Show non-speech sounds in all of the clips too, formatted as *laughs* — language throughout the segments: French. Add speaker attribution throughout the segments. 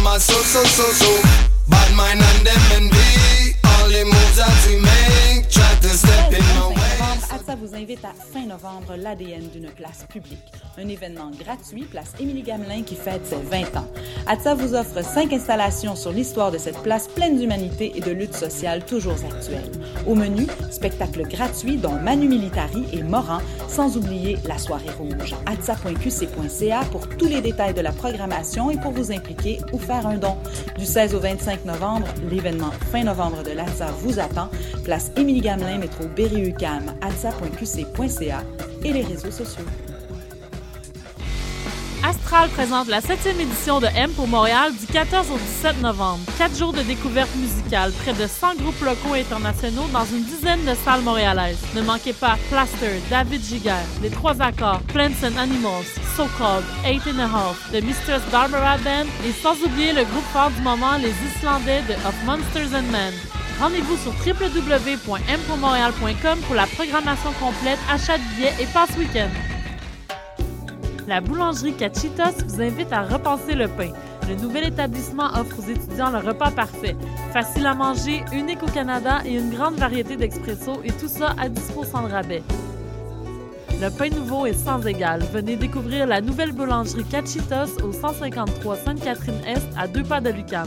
Speaker 1: are so, so, so, so Bad mind and them envy All the moves that we make Try to step in my way
Speaker 2: novembre, ATSA vous invite à fin novembre l'ADN d'une place publique, un événement gratuit, place Émilie Gamelin qui fête ses 20 ans. ATSA vous offre cinq installations sur l'histoire de cette place pleine d'humanité et de lutte sociale toujours actuelle. Au menu, spectacles gratuits dont Manu Militari et Moran, sans oublier la soirée rouge. atsa.qc.ca pour tous les détails de la programmation et pour vous impliquer ou faire un don. Du 16 au 25 novembre, l'événement fin novembre de l'ATSA vous attend. Place Émilie Gamelin, métro Berry-UQAM, atsa.qc.ca et les réseaux sociaux.
Speaker 3: Astral présente la 7e édition de M pour Montréal du 14 au 17 novembre. Quatre jours de découverte musicale, près de 100 groupes locaux et internationaux dans une dizaine de salles montréalaises. Ne manquez pas Plaster, David Giger, Les Trois Accords, Plants and Animals, So Called, Eight and a Half, The Mistress Barbara Band et sans oublier le groupe fort du moment, les Islandais de Of Monsters and Men. Rendez-vous sur www.mpourmontréal.com pour la programmation complète, achat de billets et passe week-end. La boulangerie Cachitos vous invite à repenser le pain. Le nouvel établissement offre aux étudiants le repas parfait. Facile à manger, unique au Canada et une grande variété d'expresso et tout ça à 10 de rabais. Le pain nouveau est sans égal. Venez découvrir la nouvelle boulangerie Cachitos au 153 Sainte-Catherine-Est à deux pas de Lucam.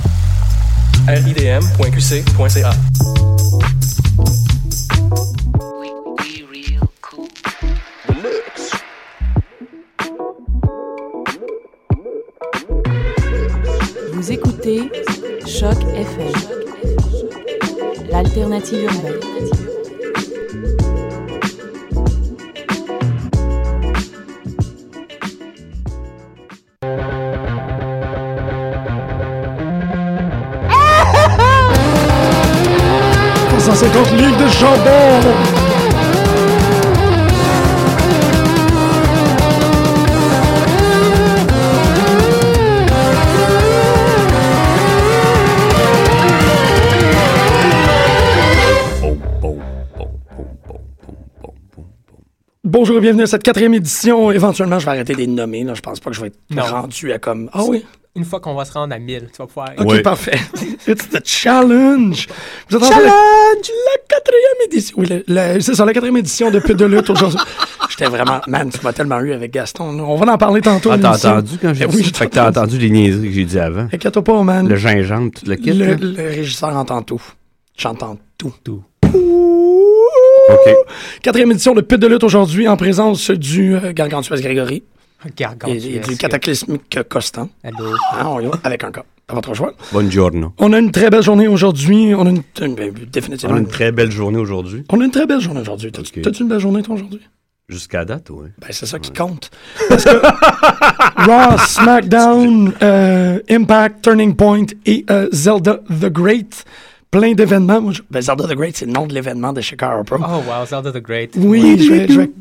Speaker 4: RIDM.qc.ca.
Speaker 5: Vous écoutez Choc FM, l'alternative urbaine.
Speaker 6: Bonjour et bienvenue à cette quatrième édition. Éventuellement, je vais arrêter de les nommer. Là. Je pense pas que je vais être
Speaker 7: Non.
Speaker 6: rendu à comme. Ah oui?
Speaker 7: Une fois qu'on va se rendre à 1000, tu vas pouvoir.
Speaker 6: Ok,
Speaker 8: Oui.
Speaker 6: parfait. *laughs* It's the challenge. Vous êtes en train de- La quatrième édition. Oui, le- le- c'est ça, la quatrième édition de Pute de lutte
Speaker 8: *laughs*
Speaker 6: aujourd'hui. J'étais vraiment. Man, tu m'as tellement eu avec Gaston. là. On va en parler tantôt.
Speaker 8: Ah,
Speaker 6: à
Speaker 8: t'as
Speaker 6: l'émission.
Speaker 8: entendu quand j'ai
Speaker 6: Eh
Speaker 8: dit
Speaker 6: oui,
Speaker 8: ça? Fait que t'as entendu les niaiseries que j'ai dit avant.
Speaker 6: Inquiète-toi pas, man.
Speaker 8: Le gingembre, tout le kit.
Speaker 6: Le-
Speaker 8: là.
Speaker 6: le régisseur entend tout. J'entends tout.
Speaker 8: Tout.
Speaker 6: OK.
Speaker 8: OK.
Speaker 6: Quatrième édition de Pute de lutte aujourd'hui en présence du euh, Gargantuas Grégory et, et
Speaker 7: Gargantuesque.
Speaker 6: du cataclysmique euh, Costan.
Speaker 7: Allô.
Speaker 6: Hein, on y va avec un cas. À votre choix.
Speaker 8: Buongiorno.
Speaker 6: On a une très belle journée aujourd'hui. On a une, une- ben, définitivement
Speaker 8: On a une très belle journée aujourd'hui.
Speaker 6: on a une très belle journée aujourd'hui. T'as-
Speaker 8: Ok.
Speaker 6: T'as-tu une belle journée, toi, aujourd'hui?
Speaker 8: Jusqu'à date, oui.
Speaker 6: Ben, c'est ça qui compte. Parce que *laughs* Raw, SmackDown, euh, Impact, Turning Point et euh, Zelda the Great, plein d'événements. Moi, je- ben, Zelda the Great, c'est le nom de l'événement de Chicago Pro.
Speaker 7: Oh, wow, Zelda the Great.
Speaker 6: Oui, je vais, je, vais,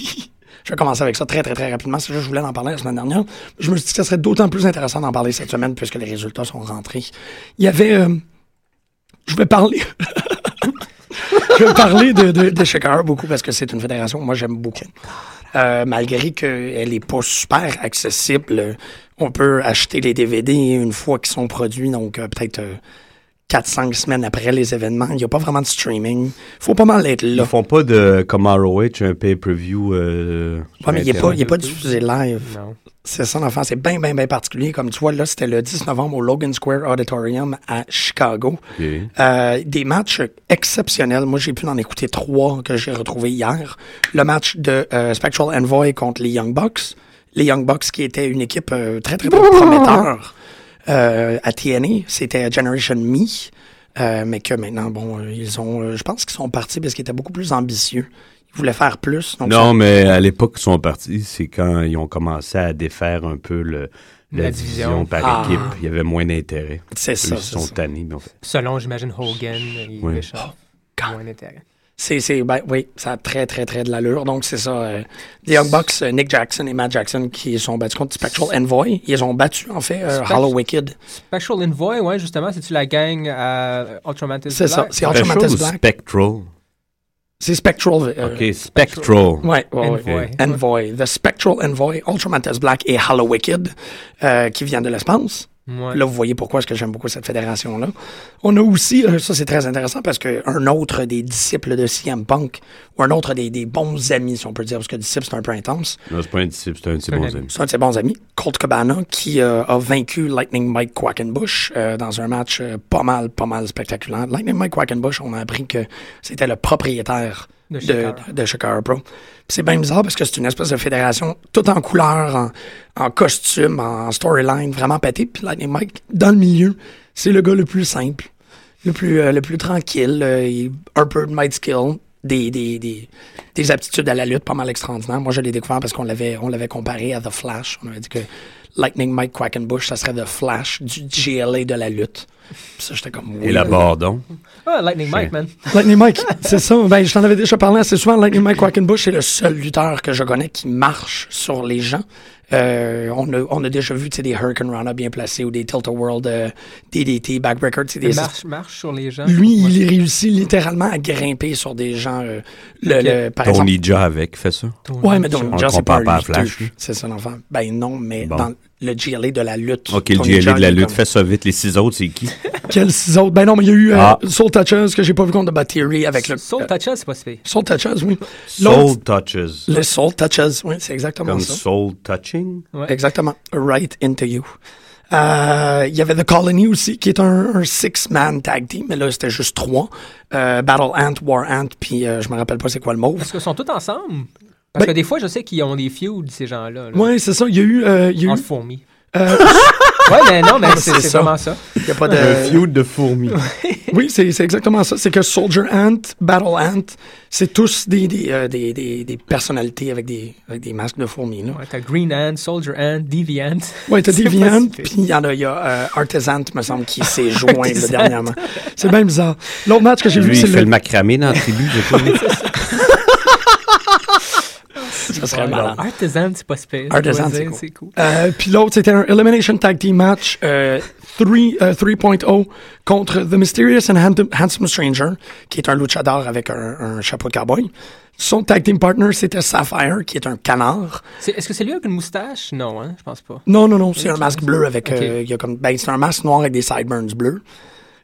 Speaker 6: *laughs* je vais commencer avec ça très, très, très rapidement. C'est juste que je voulais en parler la semaine dernière. Je me suis dit que ce serait d'autant plus intéressant d'en parler cette semaine puisque les résultats sont rentrés. Il y avait... euh, je vais parler... *laughs* je vais parler de, de, de Shakara beaucoup parce que c'est une fédération que moi j'aime beaucoup. Euh, malgré qu'elle n'est pas super accessible, euh, on peut acheter les DVD une fois qu'ils sont produits, donc euh, peut-être... 4-5 semaines après les événements, il n'y a pas vraiment de streaming. faut pas mal être
Speaker 8: Ils
Speaker 6: là.
Speaker 8: font pas de, comme ROH, un pay-per-view. Euh, sur
Speaker 6: Ouais, mais il n'est pas, il est
Speaker 8: Internet.
Speaker 6: pas diffusé live.
Speaker 7: Non.
Speaker 6: C'est ça, l'enfant. C'est bien, bien, bien particulier. Comme tu vois, là, c'était le 10 novembre au Logan Square Auditorium à Chicago.
Speaker 8: Ok.
Speaker 6: Euh, des matchs exceptionnels. Moi, j'ai pu en écouter trois que j'ai retrouvés hier. Le match de euh, Spectral Envoy contre les Young Bucks. Les Young Bucks qui étaient une équipe euh, très, très, très prometteur euh, à TNA. C'était Generation Me. Euh, mais que maintenant, bon, euh, ils ont, euh, je pense qu'ils sont partis parce qu'ils étaient beaucoup plus ambitieux. Ils voulaient faire plus. Donc
Speaker 8: non,
Speaker 6: ça-
Speaker 8: mais à l'époque ils sont partis, c'est quand ils ont commencé à défaire un peu le, la,
Speaker 7: La
Speaker 8: division.
Speaker 7: division.
Speaker 8: par
Speaker 6: Ah.
Speaker 8: équipe. Il y avait moins d'intérêt.
Speaker 6: c'est
Speaker 8: Eux,
Speaker 6: ça.
Speaker 8: ils
Speaker 6: c'est
Speaker 8: sont
Speaker 6: ça.
Speaker 8: tannés. mais en fait,
Speaker 7: Selon, j'imagine, Hogan et
Speaker 8: Oui.
Speaker 7: Bishop.
Speaker 6: Oh, God.
Speaker 7: Moins d'intérêt.
Speaker 6: C'est, c'est, ben, oui, ça a très, très, très de l'allure. Donc, c'est ça. euh, les Young Bucks, euh, Nick Jackson et Matt Jackson, qui sont battus contre Spectral Envoy. Ils ont battu, en fait, euh,
Speaker 7: Spect-
Speaker 6: Hollow Wicked.
Speaker 7: Special Envoy, ouais, justement, c'est-tu la gang à Ultramantis
Speaker 6: C'est ça.
Speaker 7: Black?
Speaker 6: C'est Ultramantis
Speaker 8: Special ou
Speaker 6: Black.
Speaker 8: Spectral?
Speaker 6: C'est Spectral. euh,
Speaker 8: OK, Spectral.
Speaker 6: Ouais, ouais, ouais.
Speaker 7: Envoy.
Speaker 6: Envoy, The Spectral Envoy, Ultramantis Black et Hollow Wicked, euh, qui viennent de l'espace.
Speaker 7: Ouais.
Speaker 6: Là, vous voyez pourquoi est-ce que j'aime beaucoup cette fédération-là. On a aussi, euh, ça c'est très intéressant parce qu'un autre des disciples de CM Punk, ou un autre des, des bons amis, si on peut dire, parce que disciple c'est un peu intense,
Speaker 8: Non, c'est pas un disciple, c'est un de ses
Speaker 7: C'est un
Speaker 8: bons
Speaker 7: ami.
Speaker 8: amis.
Speaker 6: c'est un de ses bons amis, Colt Cabana, qui euh, a vaincu Lightning Mike Quackenbush euh, dans un match euh, pas mal, pas mal spectaculaire. Lightning Mike Quackenbush, on a appris que c'était le propriétaire
Speaker 7: De
Speaker 6: de,
Speaker 7: Shakara.
Speaker 6: de Shakara Pro. Puis C'est bien bizarre parce que c'est une espèce de fédération toute en couleurs, en, en costume, en storyline, vraiment pété. Puis Lightning Mike, dans le milieu, c'est le gars le plus simple, le plus, euh, le plus tranquille, euh, il- un peu de might skill, des, des, des, des aptitudes à la lutte pas mal extraordinaires. Moi, je l'ai découvert parce qu'on l'avait, on l'avait comparé à The Flash. On avait dit que Lightning Mike Quackenbush, ça serait The Flash du GLA de la lutte. Puis ça, j'étais comme...
Speaker 8: Et
Speaker 6: oui.
Speaker 8: la Bardon.
Speaker 7: Ah, Lightning Mike,
Speaker 8: Shit.
Speaker 7: man.
Speaker 6: Lightning Mike, c'est ça. Ben, je t'en avais déjà parlé assez souvent. Lightning Mike Quackenbush est le seul lutteur que je connais qui marche sur les gens. Euh, on, a, on a déjà vu tu sais, des Hurricane Rana bien placés ou des Tilt World euh, DDT, Backbreaker. tu sais, Des...
Speaker 7: Marche, marche sur les gens.
Speaker 6: Lui,
Speaker 7: hein? Ouais.
Speaker 6: il réussit littéralement à grimper sur des gens. euh, le,
Speaker 7: Ok.
Speaker 6: le- par exemple,
Speaker 8: Tony Jaa avec fait ça.
Speaker 6: Ouais, mais Tony
Speaker 8: On
Speaker 6: Jaa,
Speaker 8: le
Speaker 6: c'est pas un
Speaker 8: compare pas à
Speaker 6: lutteur.
Speaker 8: Flash.
Speaker 6: C'est ça l'enfant. Ben non, mais
Speaker 8: Bon.
Speaker 6: dans le GLA de la lutte.
Speaker 8: OK, le
Speaker 6: Tony
Speaker 8: GLA
Speaker 6: Jaa,
Speaker 8: de la
Speaker 6: il est
Speaker 8: lutte,
Speaker 6: comme-
Speaker 8: fais ça vite. Les six autres, c'est qui?
Speaker 6: Quels six autres? Ben non, mais il y a eu euh,
Speaker 8: Ah.
Speaker 6: Soul Touchers que j'ai pas vu contre Bat Theory avec le.
Speaker 7: Soul
Speaker 6: euh,
Speaker 7: Touchers, c'est pas si pire.
Speaker 6: Soul Touchers, oui. L'autre-
Speaker 8: Soul Touches.
Speaker 6: Le soul touches, oui, c'est exactement
Speaker 8: Comme
Speaker 6: ça.
Speaker 8: Soul Touching?
Speaker 6: Exactement. Right into you. Euh, Il y avait The Colony aussi, qui est un, un six-man tag team, mais là, c'était juste trois. Euh, Battle Ant, War Ant, puis euh, je me rappelle pas c'est quoi le mot.
Speaker 7: Est-ce qu'ils sont tous ensemble? Parce
Speaker 6: Ben-
Speaker 7: que des fois, je sais qu'ils ont des feuds, ces gens-là. là.
Speaker 6: Ouais, c'est ça. Il y a eu... euh, Il y a eu...
Speaker 7: Entre fourmis.
Speaker 6: euh,
Speaker 7: *laughs* Ouais, mais non, mais
Speaker 6: *laughs* C'est
Speaker 7: c'est c'est
Speaker 6: ça.
Speaker 7: vraiment ça.
Speaker 6: il y a pas de...
Speaker 8: de fourmis.
Speaker 6: Euh, Oui, c'est c'est exactement ça. C'est que Soldier Ant, Battle Ant, c'est tous des, des, euh, des, des, des personnalités avec des, avec des masques de fourmis, là.
Speaker 7: Ouais, t'as Green Ant, Soldier Ant, Deviant.
Speaker 6: Ouais, *laughs* t'as
Speaker 7: *laughs*
Speaker 6: des
Speaker 7: C'est pas
Speaker 6: viandes,
Speaker 7: si pire.
Speaker 6: puis il y en a, il y a euh, Artisan, me semble, qui *laughs* s'est joint là, dernièrement. C'est bien bizarre. L'autre match que j'ai vu,
Speaker 8: Lui,
Speaker 6: c'est
Speaker 8: il fait le
Speaker 6: le...
Speaker 8: macramé dans la tribu. je crois.
Speaker 6: Ça serait malade.
Speaker 7: Artisan, c'est pas si pire.
Speaker 6: Artisan,
Speaker 7: Je dois
Speaker 6: c'est
Speaker 7: dire,
Speaker 6: cool. Euh, puis l'autre, c'était un Elimination Tag Team Match euh, 3, euh, 3.0 contre The Mysterious and Hand- Handsome Stranger, qui est un luchador avec un, un chapeau de cowboy. Son tag team partner, c'était Sapphire, qui est un canard.
Speaker 7: C'est- Est-ce que c'est lui avec une moustache? Non, hein, je pense pas.
Speaker 6: Non, non, non, c'est un masque bleu avec. euh, il y a comme, ben, c'est un masque noir avec des sideburns bleus.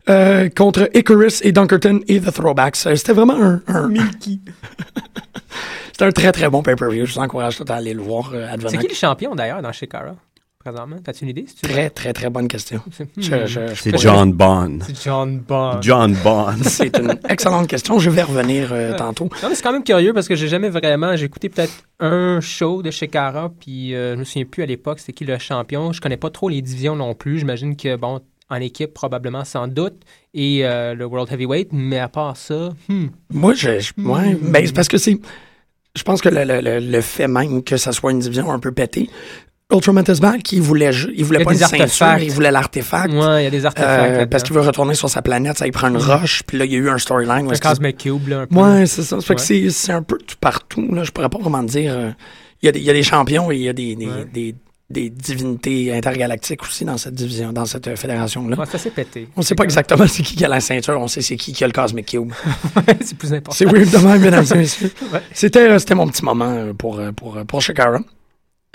Speaker 6: Euh, contre Icarus et Dunkerton et The Throwbacks. Euh, C'était vraiment un. un Milky. *laughs* C'était un très très bon pay-per-view. Je vous encourage tout à aller le voir euh, advenant.
Speaker 7: C'est qui le champion d'ailleurs dans Shikara? Présentement, t'as-tu une idée? si tu-
Speaker 6: Très très très bonne question.
Speaker 7: Hmm.
Speaker 6: Je- je- je-
Speaker 8: C'est John Bond.
Speaker 7: C'est John Bond.
Speaker 8: John Bond.
Speaker 6: C'est une excellente question. Je vais revenir
Speaker 7: Ah.
Speaker 6: euh, tantôt.
Speaker 7: Non, mais c'est quand même curieux parce que j'ai jamais vraiment. J'ai écouté peut-être un show de Shekara, puis euh, je me souviens plus à l'époque c'était qui le champion. Je connais pas trop les divisions non plus. J'imagine que, bon, en équipe, probablement sans doute, et euh, le World Heavyweight, mais à part ça, hmm,
Speaker 6: Moi, je. je- ouais, ben, c'est parce que c'est. Je pense que le, le- le- le fait même que ça soit une division un peu pétée. Ultramantis Black, il voulait, ju- il voulait
Speaker 7: Il y a
Speaker 6: pas une
Speaker 7: des
Speaker 6: ceinture,
Speaker 7: artefacts.
Speaker 6: il voulait l'artefact.
Speaker 7: ouais, il y a des artefacts.
Speaker 6: Euh,
Speaker 7: là-dedans.
Speaker 6: parce qu'il veut retourner sur sa planète, ça il prend une roche, puis là il y a eu un storyline. où
Speaker 7: Un
Speaker 6: est-ce qu'il-
Speaker 7: Mm-hmm. Cosmic Cube, là, un peu.
Speaker 6: Ouais, c'est ça. Ça fait que
Speaker 7: Ouais.
Speaker 6: c'est- c'est un peu tout partout. Là. Je pourrais pas vraiment dire. euh, Il y, a des- il y a des champions et il y a des, des,
Speaker 7: Ouais.
Speaker 6: des- des divinités intergalactiques aussi dans cette division, dans cette euh, fédération-là.
Speaker 7: Ouais, c'est assez pété.
Speaker 6: On sait pas exactement c'est qui qui a la ceinture, on sait c'est qui qui a le Cosmic Cube.
Speaker 7: *laughs* c'est plus important.
Speaker 6: C'est weird de même, mesdames et messieurs.
Speaker 7: *laughs* Ouais.
Speaker 6: C'était euh, c'était mon petit moment euh, pour, euh, pour, euh, pour Shakara.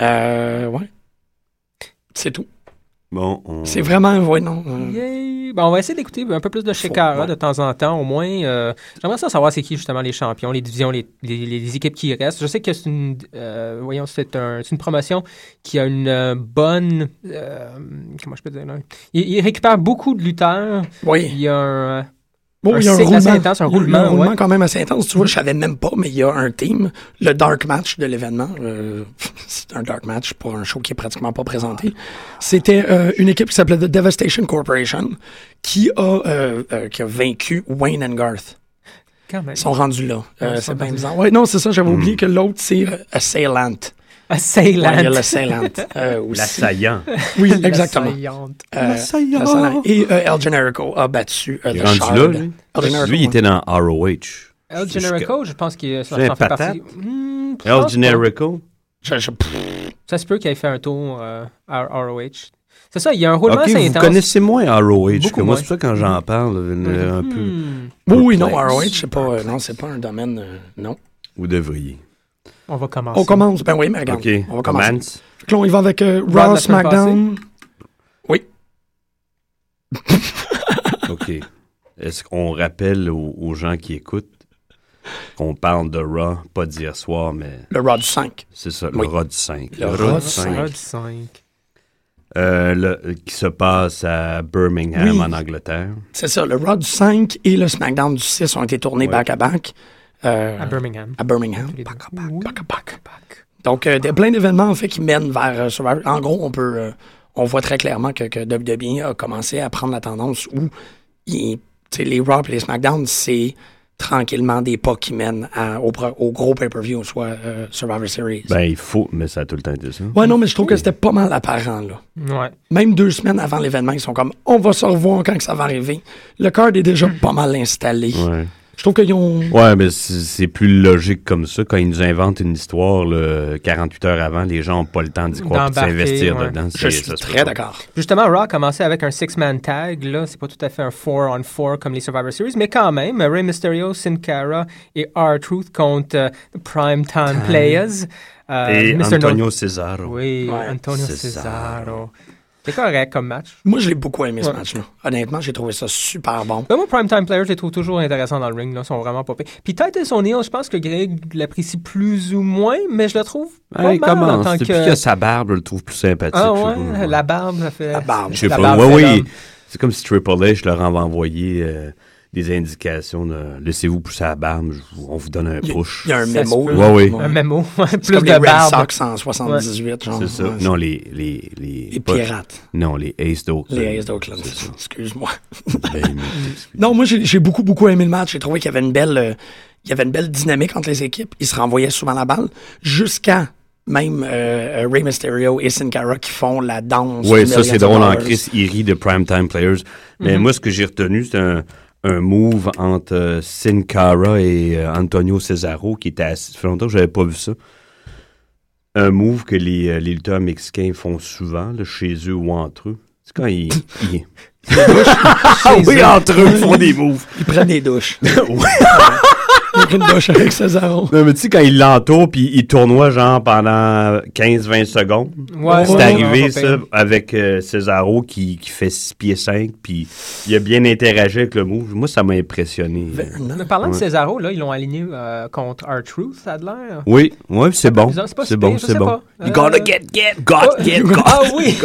Speaker 6: Euh, ouais. C'est tout.
Speaker 8: Bon, on...
Speaker 6: C'est vraiment, ouais, non. euh,
Speaker 7: Yay! Ben, on va essayer d'écouter un peu plus de Shekara
Speaker 6: ouais.
Speaker 7: de temps en temps, au moins. Euh, J'aimerais ça savoir c'est qui justement les champions, les divisions, les, les- les équipes qui restent. Je sais que c'est une, euh, voyons, c'est un- c'est une promotion qui a une euh, bonne, euh, comment je peux dire là? Il, il récupère beaucoup de lutteurs.
Speaker 6: Oui.
Speaker 7: Il y a un, euh,
Speaker 6: Bon,
Speaker 7: Un
Speaker 6: il y a un
Speaker 7: cycle
Speaker 6: roulement.
Speaker 7: assez intense, un
Speaker 6: Il y a
Speaker 7: roulement, ouais.
Speaker 6: quand même assez intense. Tu vois, je savais même pas, mais il y a un team, le dark match de l'événement. euh, *laughs* c'est un dark match pour un show qui est pratiquement pas présenté. C'était euh, une équipe qui s'appelait The Devastation Corporation qui a, euh, euh, qui a vaincu Wayne and Garth.
Speaker 7: Quand même.
Speaker 6: Ils sont rendus là. Euh,
Speaker 7: Ouais, ils sont
Speaker 6: c'est bien
Speaker 7: rendus-
Speaker 6: bizarre. Ouais, non, c'est ça, j'avais
Speaker 8: Hmm.
Speaker 6: oublié que l'autre, c'est euh, Assailant. Ouais, il y a
Speaker 7: *laughs*
Speaker 6: l'Assailant. euh, aussi.
Speaker 8: L'assaillant.
Speaker 6: Oui, exactement. Euh,
Speaker 8: L'assaillant.
Speaker 6: l'assaillant. Et euh, El Generico a battu euh,
Speaker 8: Il est
Speaker 6: The
Speaker 8: rendu
Speaker 6: Shard.
Speaker 8: là, lui.
Speaker 6: El Generico,
Speaker 8: Lui, il
Speaker 6: ouais.
Speaker 8: était dans ROH.
Speaker 7: El
Speaker 8: Jusque-
Speaker 7: Generico, je pense qu'il ça
Speaker 8: C'est
Speaker 7: en fait
Speaker 8: patate.
Speaker 7: partie. Hmm, je
Speaker 8: El
Speaker 7: pense pas.
Speaker 8: Generico.
Speaker 6: Je- je-
Speaker 7: Ça se peut qu'il ait fait un tour euh, à ROH. C'est ça, il y a un roulement
Speaker 8: Ok,
Speaker 7: assez
Speaker 8: vous
Speaker 7: intense.
Speaker 8: connaissez moins ROH que
Speaker 7: Beaucoup
Speaker 8: moi.
Speaker 7: moins.
Speaker 8: C'est pour ça que quand j'en parle, euh, un peu.
Speaker 7: Hmm,
Speaker 6: Oui, oui, non,
Speaker 8: Perplexe.
Speaker 6: ROH, c'est pas, euh, non, c'est pas un domaine. euh, non.
Speaker 8: Vous devriez.
Speaker 7: On va commencer.
Speaker 6: On commence. Ben oui, mais regarde.
Speaker 8: Ok.
Speaker 6: On va commencer.
Speaker 8: Mance.
Speaker 6: Fait que là, on y va avec euh,
Speaker 7: Raw de
Speaker 6: Raw,
Speaker 7: la semaine
Speaker 6: SmackDown.
Speaker 8: OK. Est-ce qu'on rappelle aux, aux gens qui écoutent qu'on parle de Raw, pas d'hier soir, mais
Speaker 6: *laughs* Le Raw du 5.
Speaker 8: c'est ça, le
Speaker 6: Oui.
Speaker 8: Raw du 5.
Speaker 6: Le Raw
Speaker 7: Rod
Speaker 6: du
Speaker 8: cinq.
Speaker 7: 5. 5.
Speaker 8: Euh, le- qui se passe à Birmingham,
Speaker 6: Oui.
Speaker 8: en Angleterre.
Speaker 6: C'est ça, le Raw du 5 et le SmackDown du 6 ont été tournés
Speaker 8: Ouais.
Speaker 6: back-à-back euh,
Speaker 7: À Birmingham.
Speaker 6: à Birmingham.
Speaker 7: Tous les deux.
Speaker 6: Back-à-back,
Speaker 7: Oui.
Speaker 6: back-à-back. Donc, euh, des- plein d'événements, en fait, qui mènent vers euh, Survivor. En gros, on peut... euh, on voit très clairement que, que WWE a commencé à prendre la tendance où il- tu sais, les Raw et les SmackDown, c'est tranquillement des pas qui mènent à- au, pro- au gros pay-per-view, soit euh, Survivor Series.
Speaker 8: Ben, il faut, mais ça a tout le temps été ça.
Speaker 6: ouais, non, mais je trouve que c'était pas mal apparent, là.
Speaker 7: Ouais.
Speaker 6: Même deux semaines avant l'événement, ils sont comme on va se revoir quand que ça va arriver. Le card est déjà pas mal installé.
Speaker 8: Ouais.
Speaker 6: Je trouve qu'ils ont.
Speaker 8: Ouais, mais c'est c'est plus logique comme ça. Quand ils nous inventent une histoire là, 48 heures avant, les gens n'ont pas le temps d'y croire et de
Speaker 7: D'embarquer,
Speaker 8: s'investir
Speaker 7: ouais.
Speaker 8: dedans.
Speaker 6: Je
Speaker 8: C'est-
Speaker 6: suis
Speaker 8: ça se peut
Speaker 6: très
Speaker 8: pas.
Speaker 6: d'accord.
Speaker 7: Justement, Raw a commencé avec un six-man tag. Là, c'est pas tout à fait un four-on-four comme les Survivor Series, mais quand même, Rey Mysterio, Sin Cara et R-Truth contre euh, Prime Time Players. Euh,
Speaker 8: Et
Speaker 7: Mr. No-
Speaker 8: Antonio Cesaro.
Speaker 7: Oui,
Speaker 6: Ouais.
Speaker 7: Antonio
Speaker 8: Cesaro.
Speaker 7: Cesaro. C'est correct comme match.
Speaker 6: Moi, je l'ai beaucoup aimé ce
Speaker 7: Ouais.
Speaker 6: match-là. Honnêtement, j'ai trouvé ça super bon.
Speaker 7: Ben, moi, Prime Time Players, je les trouve toujours intéressants dans le ring. Là. Ils sont vraiment pas pires. Puis Titus O'Neill, je pense que Greg l'apprécie plus ou moins, mais je le trouve pas
Speaker 8: Hey,
Speaker 7: mal en
Speaker 8: comment?
Speaker 7: tant
Speaker 8: Depuis
Speaker 7: que...
Speaker 8: que sa barbe, je le trouve plus sympathique.
Speaker 7: Ah
Speaker 8: je
Speaker 7: ouais,
Speaker 8: trouve. Ouais.
Speaker 7: la barbe, ça fait...
Speaker 6: La barbe.
Speaker 8: Je sais
Speaker 7: La
Speaker 8: pas.
Speaker 7: barbe,
Speaker 8: Oui,
Speaker 7: c'est
Speaker 8: oui.
Speaker 7: l'homme.
Speaker 8: C'est comme si Triple H leur avait envoyé euh, des indications de laissez-vous pousser la barbe, je vous- on vous donne un
Speaker 6: Il y a-
Speaker 8: push.
Speaker 6: il y a un
Speaker 7: Ça
Speaker 6: mémo.
Speaker 7: se
Speaker 6: là.
Speaker 8: peut. Ouais,
Speaker 6: Bon.
Speaker 7: Un mémo, *laughs* plus
Speaker 6: C'est comme
Speaker 7: de
Speaker 6: les
Speaker 7: barbe.
Speaker 6: Red Sox en 78, genre.
Speaker 8: C'est ça.
Speaker 6: Ouais,
Speaker 8: Non, les. Les, les,
Speaker 6: Les
Speaker 8: pas-
Speaker 6: pirates.
Speaker 8: Non, les Ace d'Oakland.
Speaker 6: Les Aces d'Oakland.
Speaker 8: C'est ça.
Speaker 6: Excuse-moi. *laughs*
Speaker 8: Ben,
Speaker 6: Non, moi, j'ai j'ai beaucoup, beaucoup aimé le match. J'ai trouvé qu'il y avait une belle, euh, il y avait une belle dynamique entre les équipes. Ils se renvoyaient souvent la balle jusqu'à même euh, euh, Rey Mysterio et Sin Cara qui font la danse.
Speaker 8: Oui,
Speaker 6: du
Speaker 8: ça, c'est
Speaker 6: Million
Speaker 8: drôle en
Speaker 6: Dollars.
Speaker 8: Chris. Il rit de Primetime Players. Mais moi, ce que j'ai retenu, c'est un, un move entre euh, Sin Cara et euh, Antonio Cesaro qui était assis. Ça fait longtemps que je n'avais pas vu ça. Un move que les, euh, les lutteurs mexicains font souvent, là, chez eux ou entre eux. C'est quand ils. *laughs* ils- Ah oui, entre eux, ils font des moves.
Speaker 6: Ils prennent des douches.
Speaker 8: *laughs* Ouais.
Speaker 6: *laughs* Ils prennent une douche avec Cesaro.
Speaker 8: Non, mais tu sais, quand ils l'entourent puis ils tournoient genre pendant 15-20 secondes.
Speaker 7: Ouais,
Speaker 8: C'est
Speaker 7: ouais,
Speaker 8: arrivé,
Speaker 7: ouais,
Speaker 8: ça, avec euh, Cesaro qui, qui fait 6 pieds 5, puis il a bien interagi avec le move. Moi, ça m'a impressionné.
Speaker 7: Mais parlant de Cesaro, là, ils l'ont aligné euh, contre R-Truth, ça a de l'air.
Speaker 8: Oui, oui, c'est bon.
Speaker 7: bizarre, c'est pas
Speaker 8: C'est
Speaker 7: si
Speaker 8: bon,
Speaker 7: pire, je
Speaker 8: c'est
Speaker 7: sais
Speaker 8: bon.
Speaker 7: pas. Euh,
Speaker 8: get got,
Speaker 7: Oh, you- Ah
Speaker 8: *laughs*
Speaker 7: oui!